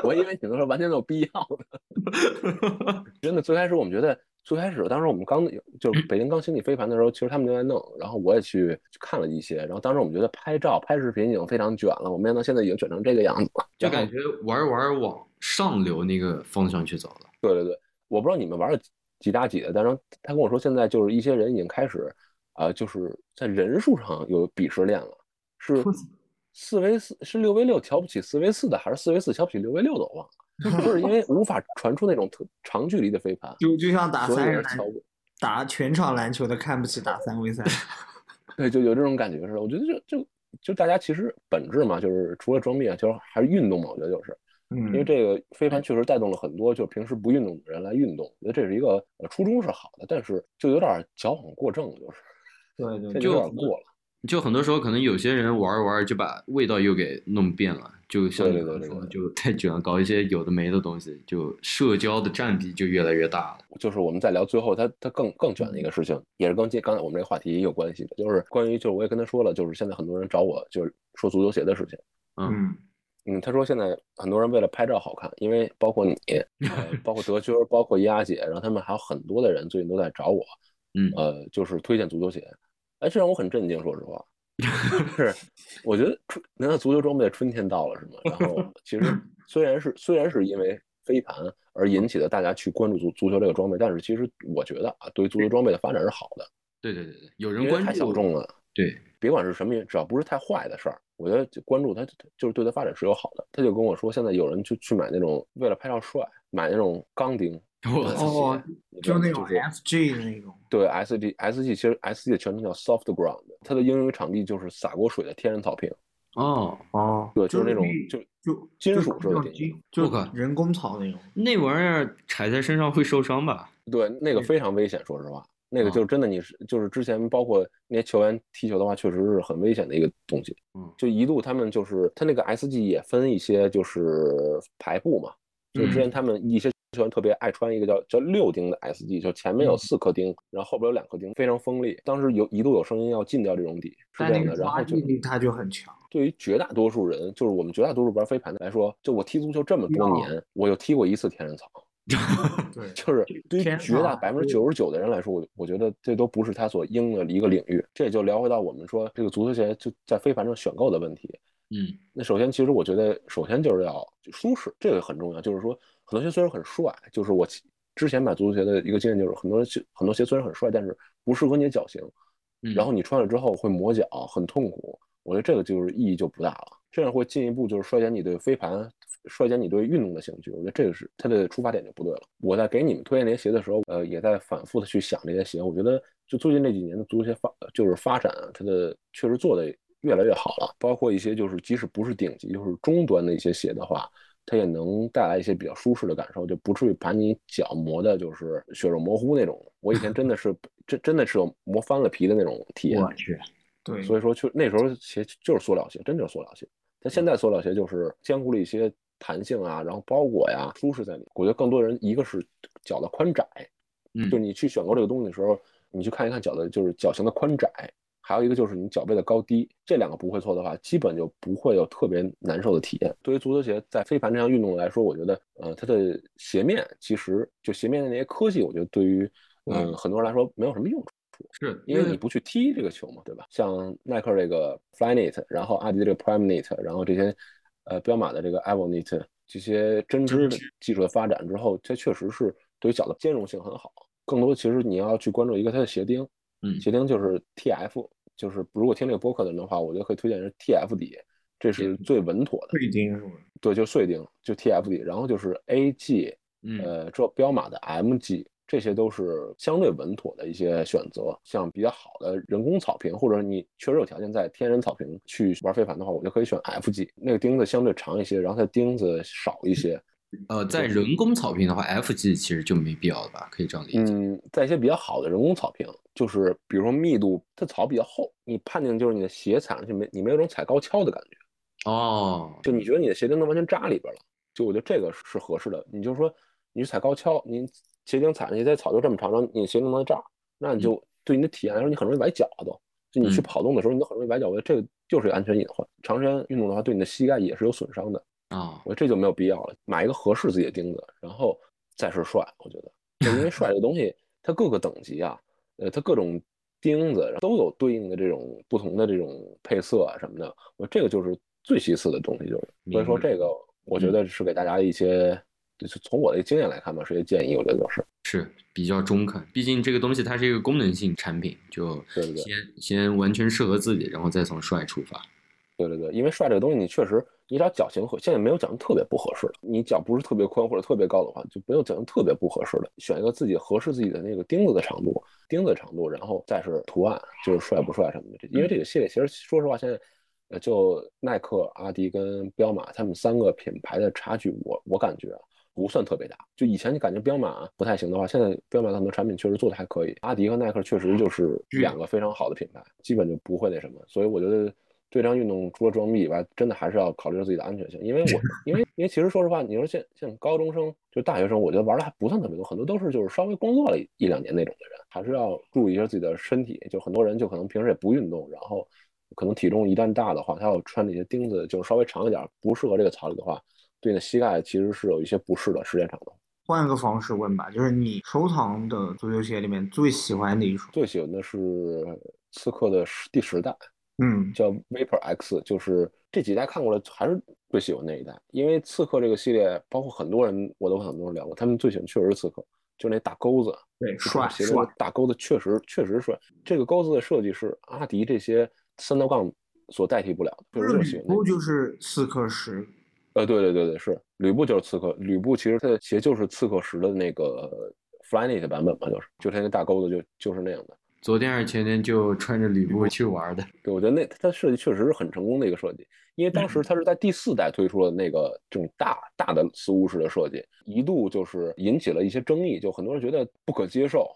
我以为你们说完全没有必要的，真的。最开始我们觉得，最开始当时我们刚就是北京刚兴起飞盘的时候，其实他们就在弄，然后我也去去看了一些，然后当时我们觉得拍照拍视频已经非常卷了，我没想到现在已经卷成这个样子了。
就
然后
感觉玩儿玩儿往上流那个方向去走了。
对对对，我不知道你们玩的几大几的，但是他跟我说现在就是一些人已经开始啊、呃就是在人数上有鄙视链了，是四 v 四是六 v 六瞧不起四 v 四的，还是四 v 四瞧不起六 v 六的，我忘 了，就是因为无法传出那种特长距离的飞盘，
就就像打
所有
三人
人
篮
瞧不
打全场篮球的看不起打三 v 三，
对，就有这种感觉似的。我觉得就就就大家其实本质嘛，就是除了装逼啊，就是还是运动嘛。我觉得就是因为
嗯，
这个飞盘确实带动了很多就是平时不运动的人来运动，我觉得这是一个呃初衷是好的，但是就有点矫枉过正，就是
对对
这
对，
就有
就
点过了。
就很多时候，可能有些人玩儿玩儿就把味道又给弄变了，就像你
对对
刚刚
对对
说的，
对
就太卷了，搞一些有的没的东西，就社交的占比就越来越大了。
就是我们再聊最后它它更更卷的一个事情，也是跟今刚才我们这个话题有关系的，就是关于就是我也跟他说了，就是现在很多人找我就是说足球鞋的事情。
嗯，
嗯，他说现在很多人为了拍照好看，因为包括你，呃，包括德军，包括丫姐，然后他们还有很多的人最近都在找我，
嗯
呃，就是推荐足球鞋。哎，这让我很震惊，说实话。 是，我觉得春，难道足球装备的春天到了是吗？然后其实虽然是虽然是因为飞盘而引起的大家去关注足足球这个装备，但是其实我觉得啊，对足球装备的发展是好的，
对对对对，有
因
人
为
关
太小
注，
众了。
对，
别管是什么，只要不是太坏的事儿，我觉得就关注它就是对它发展是有好的。他就跟我说，现在有人去去买那种为了拍照帅，买那种钢钉，
我操，
哦，
你知
就
道吗
那种
就是
FG 的那种，
对 SG SG 其实 SG 的全称叫 soft ground，它的英语场地就是洒过水的天然草坪，
哦，
哦，
对，就是那种
绿
就
就
金
就
属
是
制
那
的
种
顶
金
层
就
我靠
人工草那种，
那玩意儿踩在身上会受伤吧？
对那个非常危险，说实话，那个
嗯
就真的你是就是之前包括那些球员踢球的话，确实是很危险的一个东西。
嗯
就一度他们就是他那个 SG 也分一些就是排布嘛，就之前
嗯
他们一些球员特别爱穿一个叫叫六钉的 SG，就前
嗯
面有四颗钉，然后后边有两颗钉，非常锋利。当时有一度有声音要禁掉这种底，是
但
这
哎那
样
个
的。然
抓
后就
地力它就很强，
对于绝大多数人，就是我们绝大多数玩飞盘的来说，就我踢足球这么多年，我就踢过一次天然草。
对，
就是对于
天
绝大
堂
百分之九十九的人来说，我我觉得这都不是他所应的一个领域。这也就聊回到我们说这个足球鞋就在飞盘上选购的问题。
嗯，
那首先，其实我觉得首先就是要舒适，这个很重要。就是说，很多鞋虽然很帅，就是我其之前买足球鞋的一个经验就是，很多鞋很多鞋虽然很帅，但是不适合你的脚型，
嗯
然后你穿了之后会磨脚，很痛苦。我觉得这个就是意义就不大了，这样会进一步就是衰减你对飞盘、衰减你对运动的兴趣。我觉得这个是它的出发点就不对了。我在给你们推荐这些鞋的时候，呃，也在反复的去想这些鞋。我觉得就最近这几年的足球鞋发就是发展啊，它的确实做的越来越好了，包括一些就是即使不是顶级，就是中端的一些鞋的话。它也能带来一些比较舒适的感受，就不至于把你脚磨的，就是血肉模糊那种。我以前真的是，真真的是有磨翻了皮的那种体验。
我去，
对，
所以说，就那时候鞋就是塑料鞋，真就是塑料鞋。但现在塑料鞋就是兼顾了一些弹性啊，然后包裹呀、舒适在里。我觉得更多人一个是脚的宽窄，
嗯
就你去选购这个东西的时候，你去看一看脚的，就是脚型的宽窄，还有一个就是你脚背的高低，这两个不会错的话，基本就不会有特别难受的体验。对于足球鞋在飞盘这项运动来说，我觉得，呃，它的鞋面其实就鞋面的那些科技，我觉得对于，嗯、很多人来说没有什么用处。
是
因为你不去踢这个球嘛，对吧？像耐克这个 Flyknit，然后阿迪这个 PrimeKnit，然后这些呃彪马的这个 Evolknit，这些针织的技术的发展之后，这确实是对于脚的兼容性很好。更多其实你要去关注一个它的鞋钉，
嗯
鞋钉就是 TF，就是如果听这个播客的人的话，我觉得可以推荐是 TF 底，这是最稳妥的。
贵丁是吧？
对，就碎钉，就 TF 底，然后就是 AG，
嗯
呃，这彪马的 MG，这些都是相对稳妥的一些选择。像比较好的人工草坪，或者你确实有条件在天然草坪去玩飞盘的话，我就可以选 FG，那个钉子相对长一些，然后它钉子少一些。
呃，在人工草坪的话，FG 其实就没必要了吧？可以这样理解。
嗯，在一些比较好的人工草坪，就是比如说密度，它草比较厚，你判定就是你的鞋踩上去没，你没有种踩高跷的感觉。
哦，
就你觉得你的鞋钉都完全扎里边了，就我觉得这个是合适的。你就说你去踩高跷，你鞋钉踩上去，在草就这么长，然后你鞋钉能扎，那你就对你的体验来说，你很容易崴脚都。就你
嗯
去跑动的时候，你都很容易崴脚。我觉得这个就是一个安全隐患。长时间运动的话，对你的膝盖也是有损伤的。
啊，
我觉得这就没有必要了，买一个合适自己的钉子，然后再是帅。我觉得，就因为帅这东西，它各个等级啊，呃，它各种钉子都有对应的这种不同的这种配色啊什么的。我这个就是最其次的东西，就是
明
所以说
白嗯
这个，我觉得是给大家一些，就是从我的经验来看吧，是一些建议。我觉得就是，
是比较中肯，毕竟这个东西它是一个功能性产品，就
对对对
先先完全适合自己，然后再从帅出发。
对对对，因为帅这个东西，你确实，你只要脚型合，现在没有脚型特别不合适的，你脚不是特别宽或者特别高的话，就没有脚型特别不合适的，选一个自己合适自己的那个钉子的长度，钉子的长度，然后再是图案，就是帅不帅什么的。这因为这个系列其实说实话，现在呃，就耐克、阿迪跟彪马他们三个品牌的差距我，我感觉啊不算特别大。就以前你感觉彪马不太行的话，现在彪马很多产品确实做的还可以，阿迪和耐克确实就是两个非常好的品牌，基本就不会那什么。所以我觉得。对这项运动除了装逼以外，真的还是要考虑到自己的安全性，因为我因为因为其实说实话，你说现像高中生就大学生，我觉得玩的还不算特别多，很多都是就是稍微工作了一一两年那种的人，还是要注意一下自己的身体。就很多人就可能平时也不运动，然后可能体重一旦大的话，他要穿这些钉子就是稍微长一点，不适合这个草履的话，对你的膝盖其实是有一些不适的，时间长的。
换个方式问吧，就是你收藏的足球鞋里面最喜欢的一双，
最喜欢的是刺客的十第十代，
嗯，
叫 Vapor X，就是这几代看过了，还是最喜欢那一代，因为刺客这个系列，包括很多人，我都和很多人聊过，他们最喜欢确实是刺客，就那大钩子，
对，
就这
帅
个鞋的
帅，
大钩子确实确实帅。这个钩子的设计是阿迪这些三道杠所代替不了的，确实
这
我喜
吕
欢那
布
个。
就是刺客十，
呃，对对对对，是吕布就是刺客，吕布其实他的鞋就是刺客十的那个 Flyknit 版本嘛，就是就他那大钩子就就是那样的。
昨天还是前天就穿着吕布去玩的，
对，我觉得那它设计确实是很成功的一个设计，因为当时它是在第四代推出了那个这种大大的苏巫式的设计，一度就是引起了一些争议，就很多人觉得不可接受，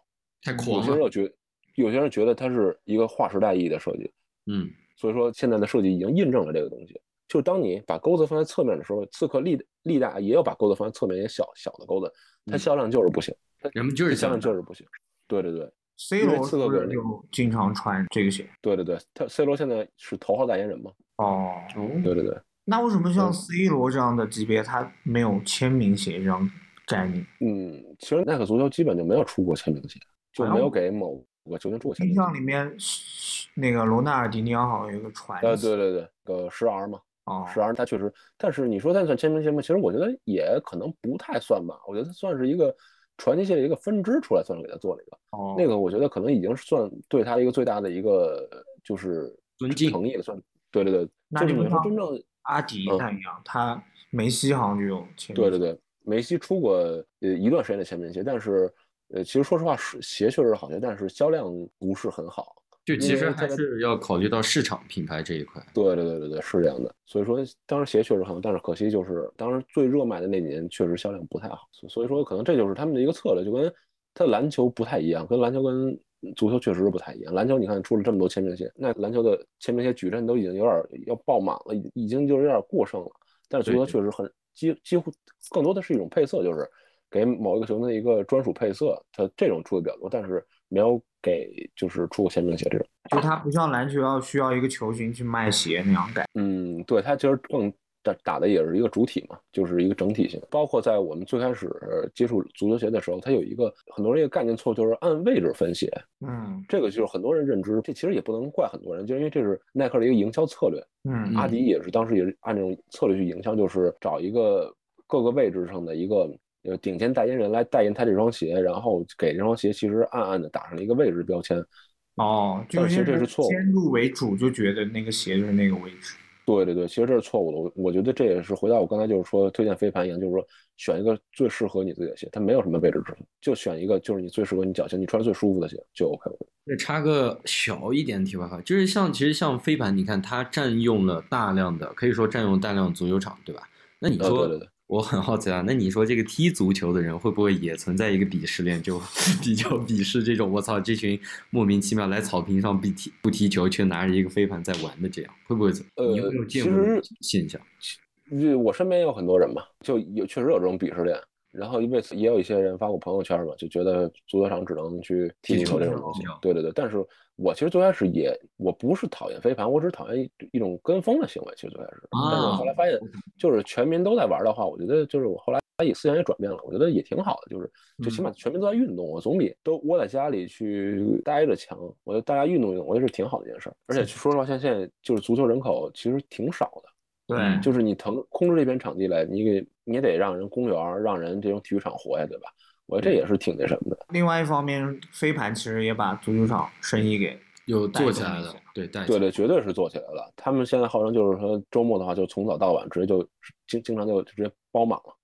太
有
狂啊
些人
了。
又觉，有些人觉得它是一个划时代意义的设计，
嗯，
所以说现在的设计已经印证了这个东西。就是当你把钩子放在侧面的时候，刺客历历代也有把钩子放在侧面，也小小的钩子，它
嗯
销量就是不行，
人们就
它
是
销
想
量就是不行。对对对，
C
因为
罗
刺客
是不是
本人
就经常穿这个鞋？
对对对，它 C 罗现在是头号代言人嘛？
哦，
哦，
对对嗯对。
那为什么像
嗯
C 罗这样的级别，他没有签名鞋这样概念？
嗯，其实耐克足球基本就没有出过签名鞋，就
好像
没有给某个球员出过签
印
名
象
鞋。
里面，那个罗纳尔迪尼奥好像有一个传
呃，
奇
对啊对对，呃，十 R 嘛，
哦，
十 R 他确实，但是你说他算签名鞋吗？其实我觉得也可能不太算吧，我觉得它算是一个传奇系列一个分支出来，算是给他做了一个。
哦
那个我觉得可能已经是算对他一个最大的一个就是
尊敬
诚意了，算对对对，
那
就是
就
你
跟
说
他
真正
阿迪
嗯
那一样，他梅西好像就有签名
对
鞋。
对对，梅西出过呃一段时间的签名鞋，但是呃其实说实话是鞋确实是好鞋，但是销量不是很好。
就其实
因为它
还
的
是要考虑到市场品牌这一块。
对对对对对，是这样的。所以说，当时鞋确实很好，但是可惜就是当时最热卖的那几年确实销量不太好。所所以说，可能这就是他们的一个策略，就跟他篮球不太一样，跟篮球跟足球确实是不太一样。篮球你看出了这么多签名鞋，那篮球的签名鞋矩阵都已经有点儿要爆满了，已已经就是有点儿过剩了。但是足球
对
确实很几几乎更多的是一种配色，就是给某一个球员的一个专属配色，它这种出的比较多，但是没有给就是出过签名鞋这种。
就它不像篮球要需要一个球星去卖鞋那样改。
嗯，对，它其实更打打的也是一个主体嘛，就是一个整体性。包括在我们最开始接触足球鞋的时候，它有一个很多人一个概念错，就是按位置分鞋。
嗯
这个就是很多人认知，这其实也不能怪很多人，就是因为这是耐克的一个营销策略。
嗯
阿迪也是当时也是按这种策略去营销，就是找一个各个位置上的一个呃顶尖代言人来代言他这双鞋，然后给这双鞋其实暗暗的打上了一个位置标签。
哦，就有
但是
些
这
人
是错误
先入为主，就觉得那个鞋就是那个位置。
对对对，其实这是错误的。我我觉得这也是回到我刚才就是说推荐飞盘一样，就是说选一个最适合你自己的鞋，它没有什么位置之分，就选一个就是你最适合你脚型，你穿最舒服的鞋就 OK 了。
再插个小一点题外话，就是像其实像飞盘，你看它占用了大量的，可以说占用大量足球场，对吧？那你
呃
说，
对对对
我很好奇啊，那你说这个踢足球的人会不会也存在一个鄙视链，就 比较鄙视这种我操这群莫名其妙来草坪上不踢不踢球，却拿着一个飞盘在玩的这样，会不会？
呃
你有没有见
其
过
实
现象？
就我身边也有很多人嘛，就有确实有这种鄙视链。然后因为也有一些人发过朋友圈嘛，就觉得足球场只能去踢球这种东西啊
踢球。
对对对，但是我其实最开始也我不是讨厌飞盘，我只是讨厌一一种跟风的行为。其实最开始，
啊
但是我后来发现，就是全民都在玩的话，我觉得就是我后来也思想也转变了，我觉得也挺好的，就是就起码全民都在运动，我总比都窝在家里去待着强。我觉得大家运动运动，我觉得是挺好的一件事儿。而且说实话，像现在就是足球人口其实挺少的。
对，
就是你腾空出这片场地来，你给你也得让人公园儿，让人这种体育场活呀，对吧？我觉得这也是挺那什么的。
另外一方面，飞盘其实也把足球场生意给
有做起
带动
来
一
了
下，
对，带起
对
来
对，绝对是做起来了。他们现在号称就是说周末的话，就从早到晚直接就经经常就直接包满了。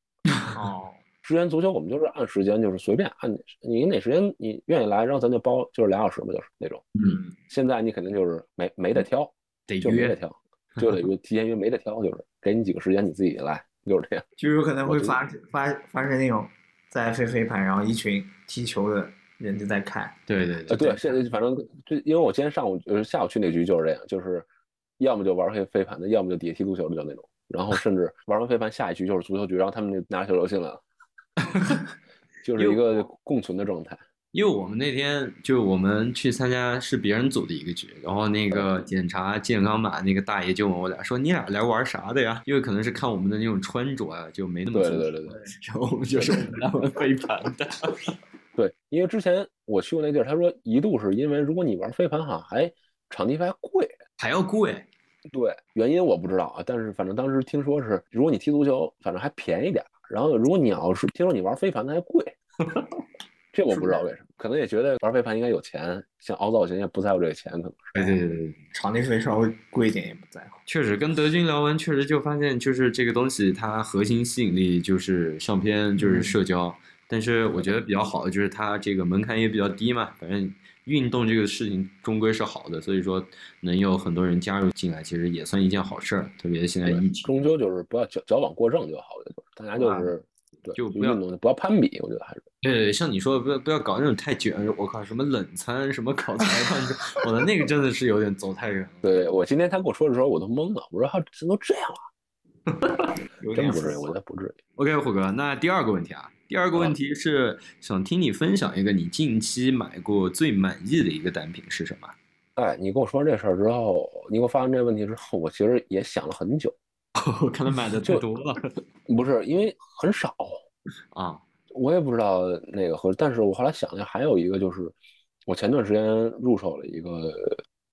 哦，
之前足球我们就是按时间，就是随便按你哪时间你愿意来，然后咱就包，就是俩小时嘛，就是那种。
嗯，
现在你肯定就是没没得挑，
得
就没得
约，
挑，就得约提前约没得挑，就是给你几个时间你自己来，就是这样。
就有可能
我
会
觉得
发发发生那种在飞飞盘，然后一群踢球的人就在看，
对对
啊，
对，
对，现在反正就因为我今天上午呃下午去那局就是这样，就是要么就玩飞飞盘的，要么就底下踢足球的，就那种。然后甚至玩完飞盘下一局就是足球局，然后他们就拿球球进来了，就是一个共存的状态。
因为我们那天就我们去参加是别人组的一个局，然后那个
嗯
检查健康码那个大爷就问我俩说：“你俩来玩啥的呀？”因为可能是看我们的那种穿着啊，就没那么
对
足球
对对对对
然后我们就说我们来玩飞盘的，
对，因为之前我去过那地儿，他说一度是因为如果你玩飞盘哈，还场地费 还贵。
还要贵，
对，原因我不知道啊，但是反正当时听说是，如果你踢足球，反正还便宜点儿。然后如果你要是听说你玩飞盘，那 还贵。这我不知道为什么，可能也觉得玩飞盘应该有钱，像凹造型也不在乎这个钱，可能
对对对对。
场地费稍微贵一点也不在乎。
确实，跟德军聊完，确实就发现，就是这个东西它核心吸引力就是上篇就是社交，但是我觉得比较好的就是它这个门槛也比较低嘛，反正运动这个事情终归是好的，所以说能有很多人加入进来，其实也算一件好事儿。特别现在疫
对
情，
终究就是不要矫矫枉过正就好了，就是大家就是对，
啊就不
运
要
动不要攀比，我觉得还是
对，呃像你说的，不要不要搞那种太卷，我靠，什么冷餐，什么 搞裁判，这我的那个真的是有点走太远了。
对我今天他跟我说的时候我都懵了，我说哈，这都这样了，
有
真
点
不至于，
复
我
杂
觉得不至于。
OK，虎哥，那第二个问题啊，第二个问题是想听你分享一个你近期买过最满意的一个单品是什么？
哎，你跟我说完这事儿之后，你给我发完这个问题之后，我其实也想了很久，
我看他买的太多了
不是因为很少。
啊，
我也不知道那个合，但是我后来想了，还有一个就是，我前段时间入手了一个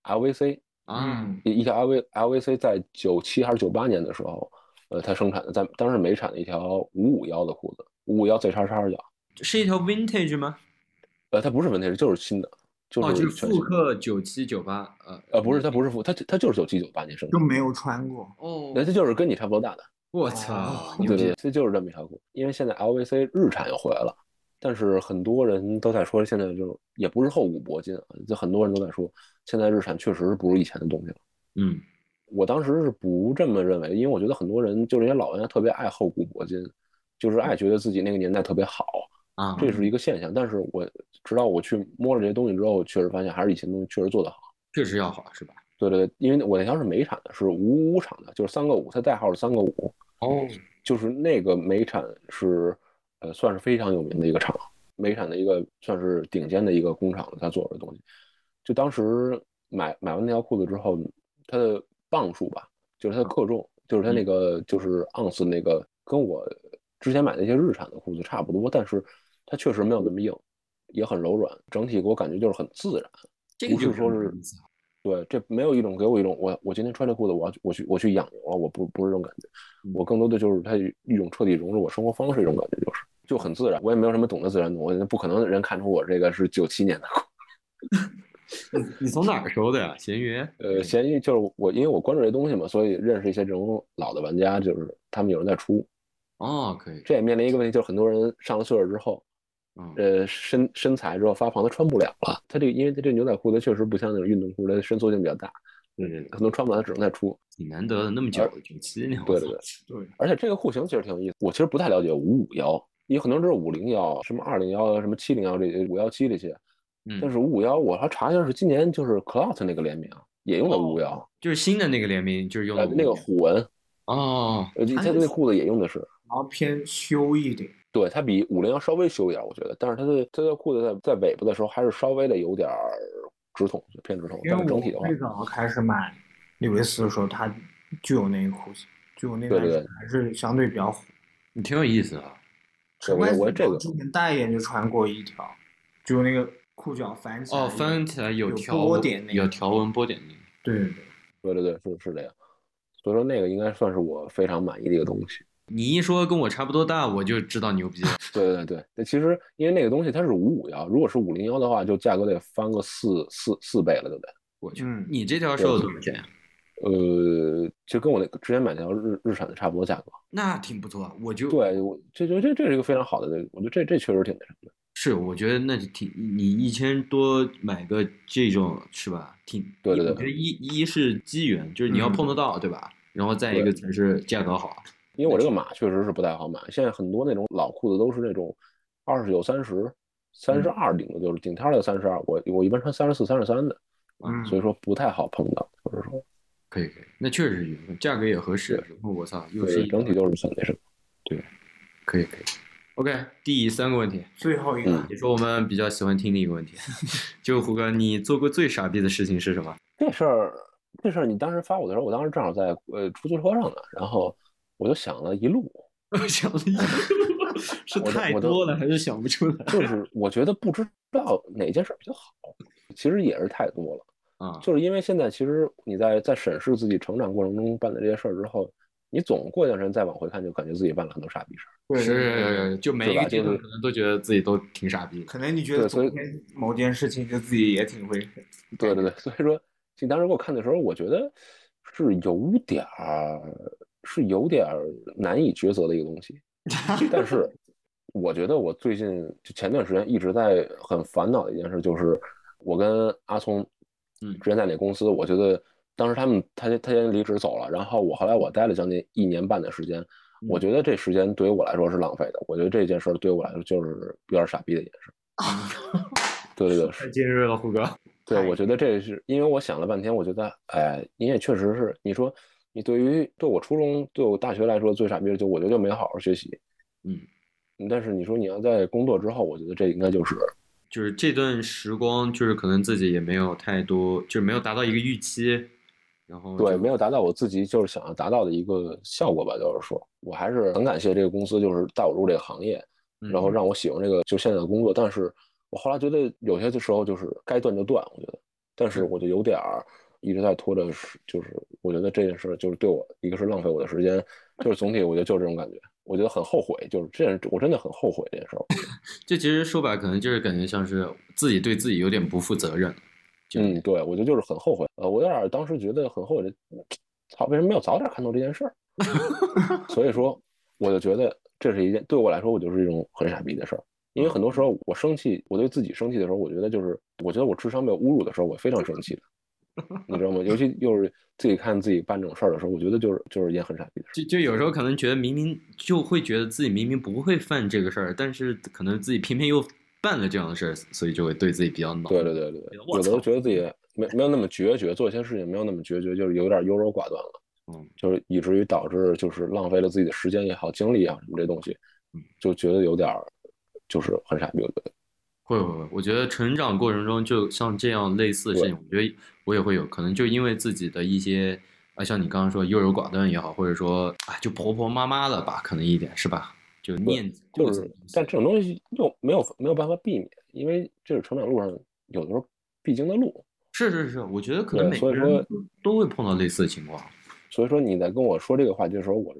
LVC，
啊，
嗯
一一条 LV LVC 在九七还是九八年的时候，呃，它生产的，在当时美产的一条五五幺的裤子，五五幺 Z 叉叉叫，
是一条 vintage 吗？
呃，它不是 vintage，就是新的，就
哦，就是
是全新
复
的，
刻九七九八，呃，
呃，不是，它不是复，它它就是九七九八年生
就
产，
没有穿过。
哦
那，它就是跟你差不多大的，
我操
哦，
牛
对
逼
对，这就是这么一条裤，因为现在 LVC 日产又回来了，但是很多人都在说，现在就也不是厚古薄今啊，就很多人都在说，现在日产确实不是以前的东西了。
嗯，
我当时是不这么认为，因为我觉得很多人就是那些老人家特别爱厚古薄今，就是爱觉得自己那个年代特别好，
啊，
这是一个现象。但是我直到我去摸了这些东西之后，确实发现还是以前东西确实做得好。
确实要好是吧？
对对对，因为我那条是美产的，是五五厂的，就是三个五，它代号是三个五。
哦，
就是那个美产是，呃，算是非常有名的一个厂，美产的一个算是顶尖的一个工厂了，它做的东西。就当时买买完那条裤子之后，它的磅数吧，就是它的克重，就是它那个就是盎司那个，跟我之前买那些日产的裤子差不多，但是它确实没有那么硬，也很柔软，整体给我感觉就是很自然。
这个
不是
就是
说
很有
是
意思啊
对，这没有一种给我一种我我今天穿这裤子我要去我去我去养牛了，我不不是这种感觉，我更多的就是它一种彻底融入我生活方式一种感觉，就是就很自然，我也没有什么懂得自然懂，我不可能人看出我这个是九七年的裤
你从哪儿搜的呀？闲鱼？
呃，闲鱼就是我因为我关注这东西嘛，所以认识一些这种老的玩家，就是他们有人在出，
哦，可以，
这也面临一个问题，就是很多人上了岁数之后，
嗯，
呃身身材之后发胖，他穿不了了，他这个因为他这牛仔裤它确实不像那种运动裤，它伸缩性比较大，嗯
对对对，
可能穿不了，它只能再出。
挺难得的，那么久九七年，
呃对对对，
对，
而且这个户型其实挺有意思，我其实不太了解五五幺，也很多人知道五零幺、什么二零幺、什么七零幺这五幺七这些，
嗯，
但是五五幺我还查一下是今年就是 Clout 那个联名也用的
哦
五五幺，
就是新的那个联名，就是用
呃
的
那个虎纹，
哦，
呃
它
他
是
那裤子也用的是，
然后偏修一点，
对，它比五零幺稍微修一点，我觉得，但是它的它的裤子在在尾巴的时候还是稍微的有点儿直筒，偏直筒，
因
但
为
是整体的
我
话
最，早开始买李维斯的时候，它就有那个裤子，就有那
对
个
对对
还是相对比较火。
你挺有意思的。啊
对我觉得我觉得这个
之前代言就穿过一条，就那个裤脚翻起来。
哦，翻起来有
有
条
波
纹
点那
有
个
条纹波点那个。
对对对，
对对对，是是这样，所以说那个应该算是我非常满意的一个东西。
你一说跟我差不多大，我就知道牛逼了。
对对对，那其实因为那个东西它是五五幺，如果是五零幺的话，就价格得翻个四四四倍了，对不对？
我去
嗯，
你这条瘦的多少钱呀？
呃，其实跟我那个之前买那条日日产的差不多价格。
那挺不错，我就
对，我这这这这是一个非常好的，我觉得这这确实挺那什么的。
是我觉得那就挺你一千多买个这种是吧？挺
对对对
我觉得一一是机缘，就是你要
嗯
碰得到，对吧？然后再一
对
个才是价格好。
因为我这个码确实是不太好买，现在很多那种老裤子都是那种二十九、三十、三十二顶的，就是顶天的三十二，我我一般穿三十四、三十三的，啊
嗯，
所以说不太好碰到，或者说
可以可以，那确实是缘分，价格也合适。然后我操，又是
对
一
整体就是很那什么。
可以可以。OK，第三个问题，
最后一个
嗯
也是我们比较喜欢听的一个问题， 就胡哥，你做过最傻逼的事情是什么？
这事儿，这事儿你当时发我的时候，我当时正好在呃出租车上呢，然后我就想了一路，
我想了一下，是
我都
太
我都
多了还是想不出来
就是 我觉得不知道哪件事儿比较好，其实也是太多了，
啊？
就是因为现在其实你在在审视自己成长过程中办的这些事儿之后，你总过一段时间再往回看，就感觉自己办了很多傻逼事儿。
对对对
是，就每一
对
个
吧
阶段
就是
可能都觉得自己都挺傻逼的。
可能你觉得
对所
昨
以
天某件事情就自己也挺会，
对对对，所以说你当时给我看的时候，我觉得是有点儿是有点儿难以抉择的一个东西。但是我觉得我最近就前段时间一直在很烦恼的一件事，就是我跟阿聪，
嗯
之前在哪公司，我觉得当时他们他先他先离职走了，然后我后来我待了将近一年半的时间，我觉得这时间对于我来说是浪费的，我觉得这件事儿对于我来说就是有点傻逼的一件事。对对对，是
太尖锐了，胡哥。
对，
太
我觉得这是因为我想了半天，我觉得，哎，你也确实是，你说你对于对我初中对我大学来说最傻逼的就我觉得就没好好学习，
嗯，
但是你说你要在工作之后，我觉得这应该就是
就是这段时光，就是可能自己也没有太多，就是没有达到一个预期，然后
对
就
没有达到我自己就是想要达到的一个效果吧，就是说我还是很感谢这个公司，就是带我入这个行业，
嗯
然后让我喜欢这个就现在的工作，但是我后来觉得有些的时候就是该断就断，我觉得，但是
是
我就有点儿一直在拖着时，就是我觉得这件事就是对我一个是浪费我的时间，就是总体我觉得就是这种感觉，我觉得很后悔，就是这件事我真的很后悔这件事儿，
这其实说白，可能就是感觉像是自己对自己有点不负责任。就
嗯，对，我觉得就是很后悔，呃，我有点儿当时觉得很后悔的，操，为什么没有早点看透这件事 儿？所以说，我就觉得这是一件对我来说，我就是一种很傻逼的事儿。因为很多时候我生气，我对自己生气的时候，我觉得就是，我觉得我智商被侮辱的时候，我非常生气 的，你知道吗？尤其又是自己看自己办这种事儿的时候，我觉得就是就是一件很傻逼的事
就
儿。
就有时候可能觉得明明就会觉得自己明明不会犯这个事儿，但是可能自己偏偏又办了这样的事儿，所以就会对自己比较恼。
对对对对对，
我
有的
操
都觉得自己没没有那么决绝，做一些事情没有那么决绝，就是有点优柔寡断了。
嗯，
就是以至于导致就是浪费了自己的时间也好，精力也好，什么这东西
嗯，
就觉得有点儿就是很傻逼，我觉得。
会会会，我觉得成长过程中，就像这样类似的事情，我觉得我也会有，可能就因为自己的一些啊，像你刚刚说优柔寡断也好，或者说啊，就婆婆妈妈了吧，可能一点是吧？就念
就
顾
是
忌，
但这种东西又没有没有办法避免，因为这是成长路上有的时候必经的路。
是是是，我觉得可能
对
每
所
个
以
人
说
都都会碰到类似的情况。
所以说你在跟我说这个话题的时候，我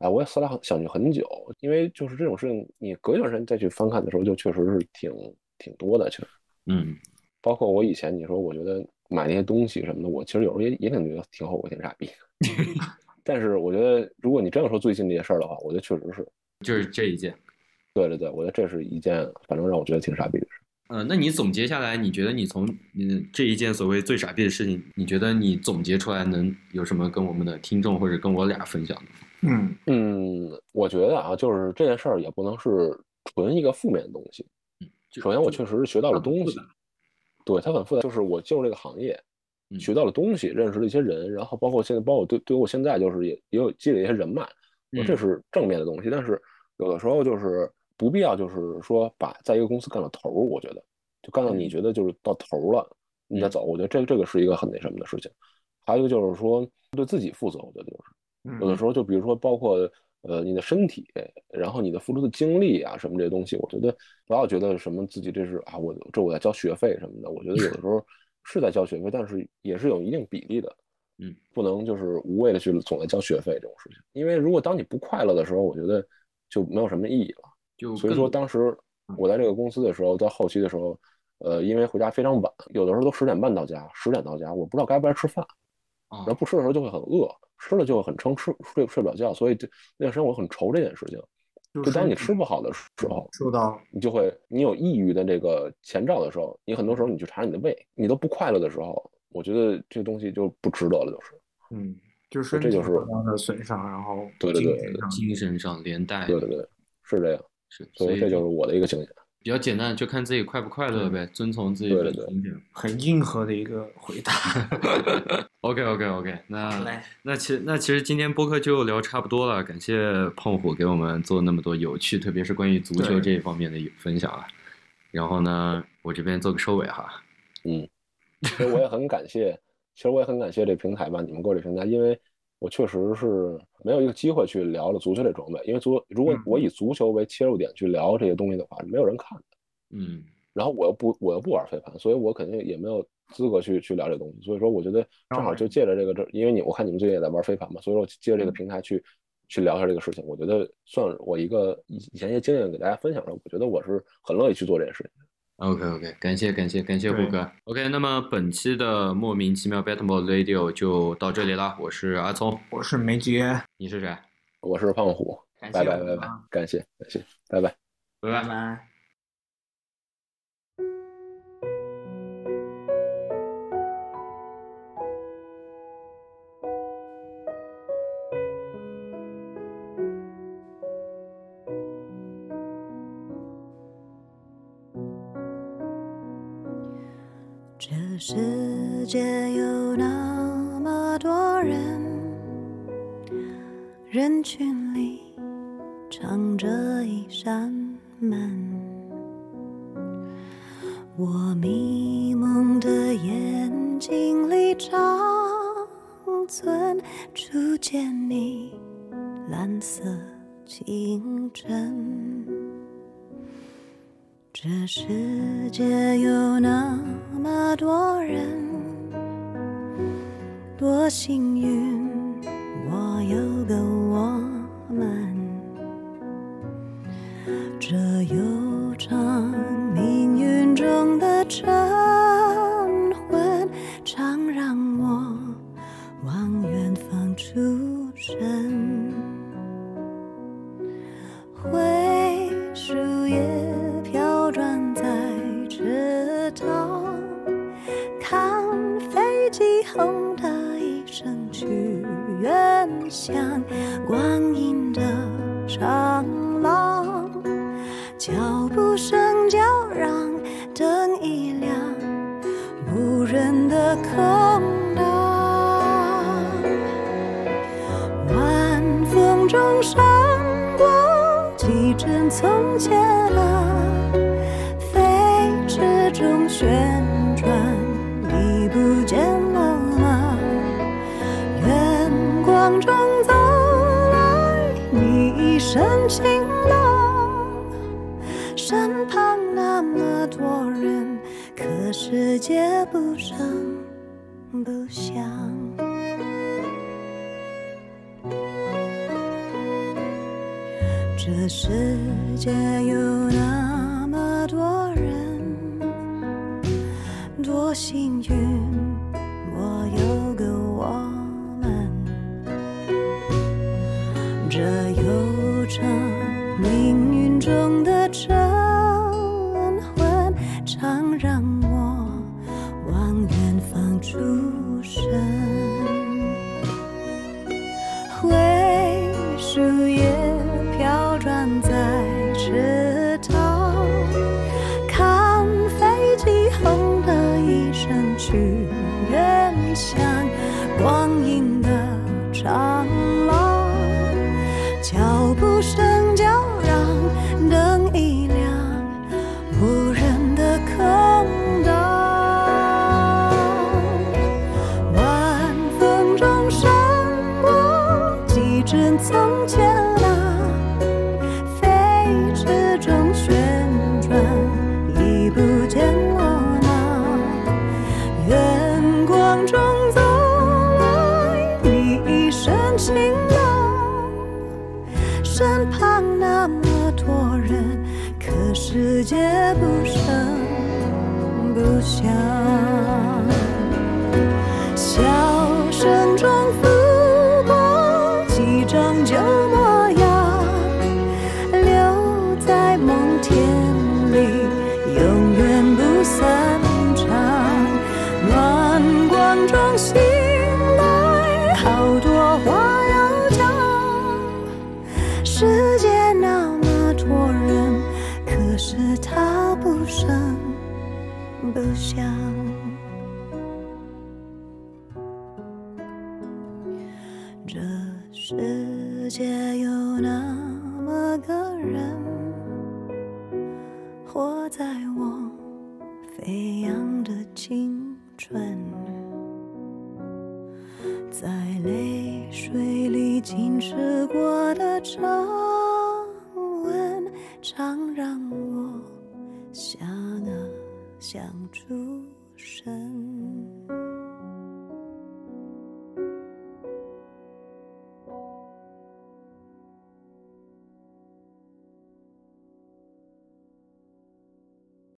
啊，我也思量想去很久，因为就是这种事情，你隔一段时间再去翻看的时候，就确实是挺挺多的，其实。
嗯，
包括我以前，你说我觉得买那些东西什么的，我其实有时候也也挺觉得挺后悔、挺傻逼的。 但是我觉得，如果你真要说最近这些事儿的话，我觉得确实是
就是这一件。
对对对，我觉得这是一件反正让我觉得挺傻逼的事。
呃，那你总结下来，你觉得你从嗯这一件所谓最傻逼的事情，你觉得你总结出来能有什么跟我们的听众或者跟我俩分享的？
嗯，
嗯，我觉得啊，就是这件事儿也不能是纯一个负面的东西。
就
嗯首先，我确实是学到了
它很
东
复
西，对，它很复杂，就是我进入这个行业，
嗯
学到了东西，认识了一些人，然后包括现在，包括对对我现在就是也也有积累一些人脉，
嗯
这是正面的东西。但是有的时候就是不必要就是说把在一个公司干到头儿，我觉得就干到
嗯
你觉得就是到头儿了，你再走，我觉得这个这个是一个很那什么的事情。还有一个就是说对自己负责，我觉得就是
嗯
嗯
有的时候就比如说包括呃你的身体，然后你的付出的精力啊什么这些东西，我觉得不要觉得什么自己这是啊我这我在交学费什么的，我觉得有的时候是在交学费，但是也是有一定比例的。
嗯，
不能就是无谓的去总在交学费这种事情，因为如果当你不快乐的时候，我觉得就没有什么意义了。
就
所以
更嗯
说，当时我在这个公司的时候，到后期的时候，呃，因为回家非常晚，有的时候都十点半到家，十点到家，我不知道该不该吃饭，
啊
然后不吃的时候就会很饿，吃了就会很撑，吃睡睡不了觉，所以这那段时间我很愁这件事情。
就
就当
是
你吃不好的时候，
受到
你就会你有抑郁的这个前兆的时候，你很多时候你去查你的胃，你都不快乐的时候，我觉得这东西就不值得了，就是。
嗯，就是身
这
体
就是
上的损伤，然后
对对
精
对
神上
精神上连带
对对对，是这样，
是，
所以这就是我的一个 经验。
比较简单，就看自己快不快乐呗，遵从自己
对
的
对对
心情。
很硬核的一个回答。
OK OK OK，那
来，
那其实那其实今天播客就聊差不多了，感谢胖虎给我们做那么多有趣，特别是关于足球
对
这一方面的分享啊。然后呢，我这边做个收尾哈。
其实我也很感谢，其实我也很感谢这平台吧，你们给我这平台，因为我确实是没有一个机会去聊了足球这装备，因为足如果
嗯
我以足球为切入点去聊这些东西的话，没有人看的。
嗯，
然后我又不我又不玩飞盘，所以我肯定也没有资格去去聊这东西。所以说，我觉得正好就借着这个这，因为你我看你们最近也在玩飞盘嘛，所以说我借着
嗯
这个平台去去聊一下这个事情，我觉得算是我一个以以前一些经验给大家分享了。我觉得我是很乐意去做这件事情。
OK OK，感谢感谢感谢
对
胡哥。OK，那么本期的莫名其妙 Battle Ball Radio 就到这里啦。我是阿聪，
我是梅杰，
你是谁？
我是胖虎，
感谢
拜拜
我
拜
们
拜
啊，
感谢感谢，拜拜。
拜
拜
拜。
拜。
这世界有那么多人，人群里藏着一扇门。我迷蒙的眼睛里长存初见你蓝色清晨。这世界有那么多人，多幸运，我有个我们。这悠长命运中的晨昏，常让我往远方出神。灰树叶飘转在池塘，看飞机轰的一声去远乡，光阴的长廊，脚步声叫嚷，灯一亮，无人的空荡。晚风中闪过几帧从前啊，飞驰中旋转，你不见了吗？远光中走来，你一身晴朗，身旁那么多人，可世界不声不响。这世界有那么多人，多幸运，我有个我们。这悠长命运中的晨昏，常让我往远方出神。灰树叶飘转在池塘，看飞机轰的一声去远乡，光阴的长廊，脚步声叫嚷，灯身旁那么多人，可世界不声不响。笑声中拂过几张旧模样，留在梦田里，永远不散场。暖光中醒来，好多话要讲。世界那么多人，可是他不声不响。这世界有那么个人，活在我飞扬的青春，在泪水里浸湿过的皱纹，常让我想啊想出神。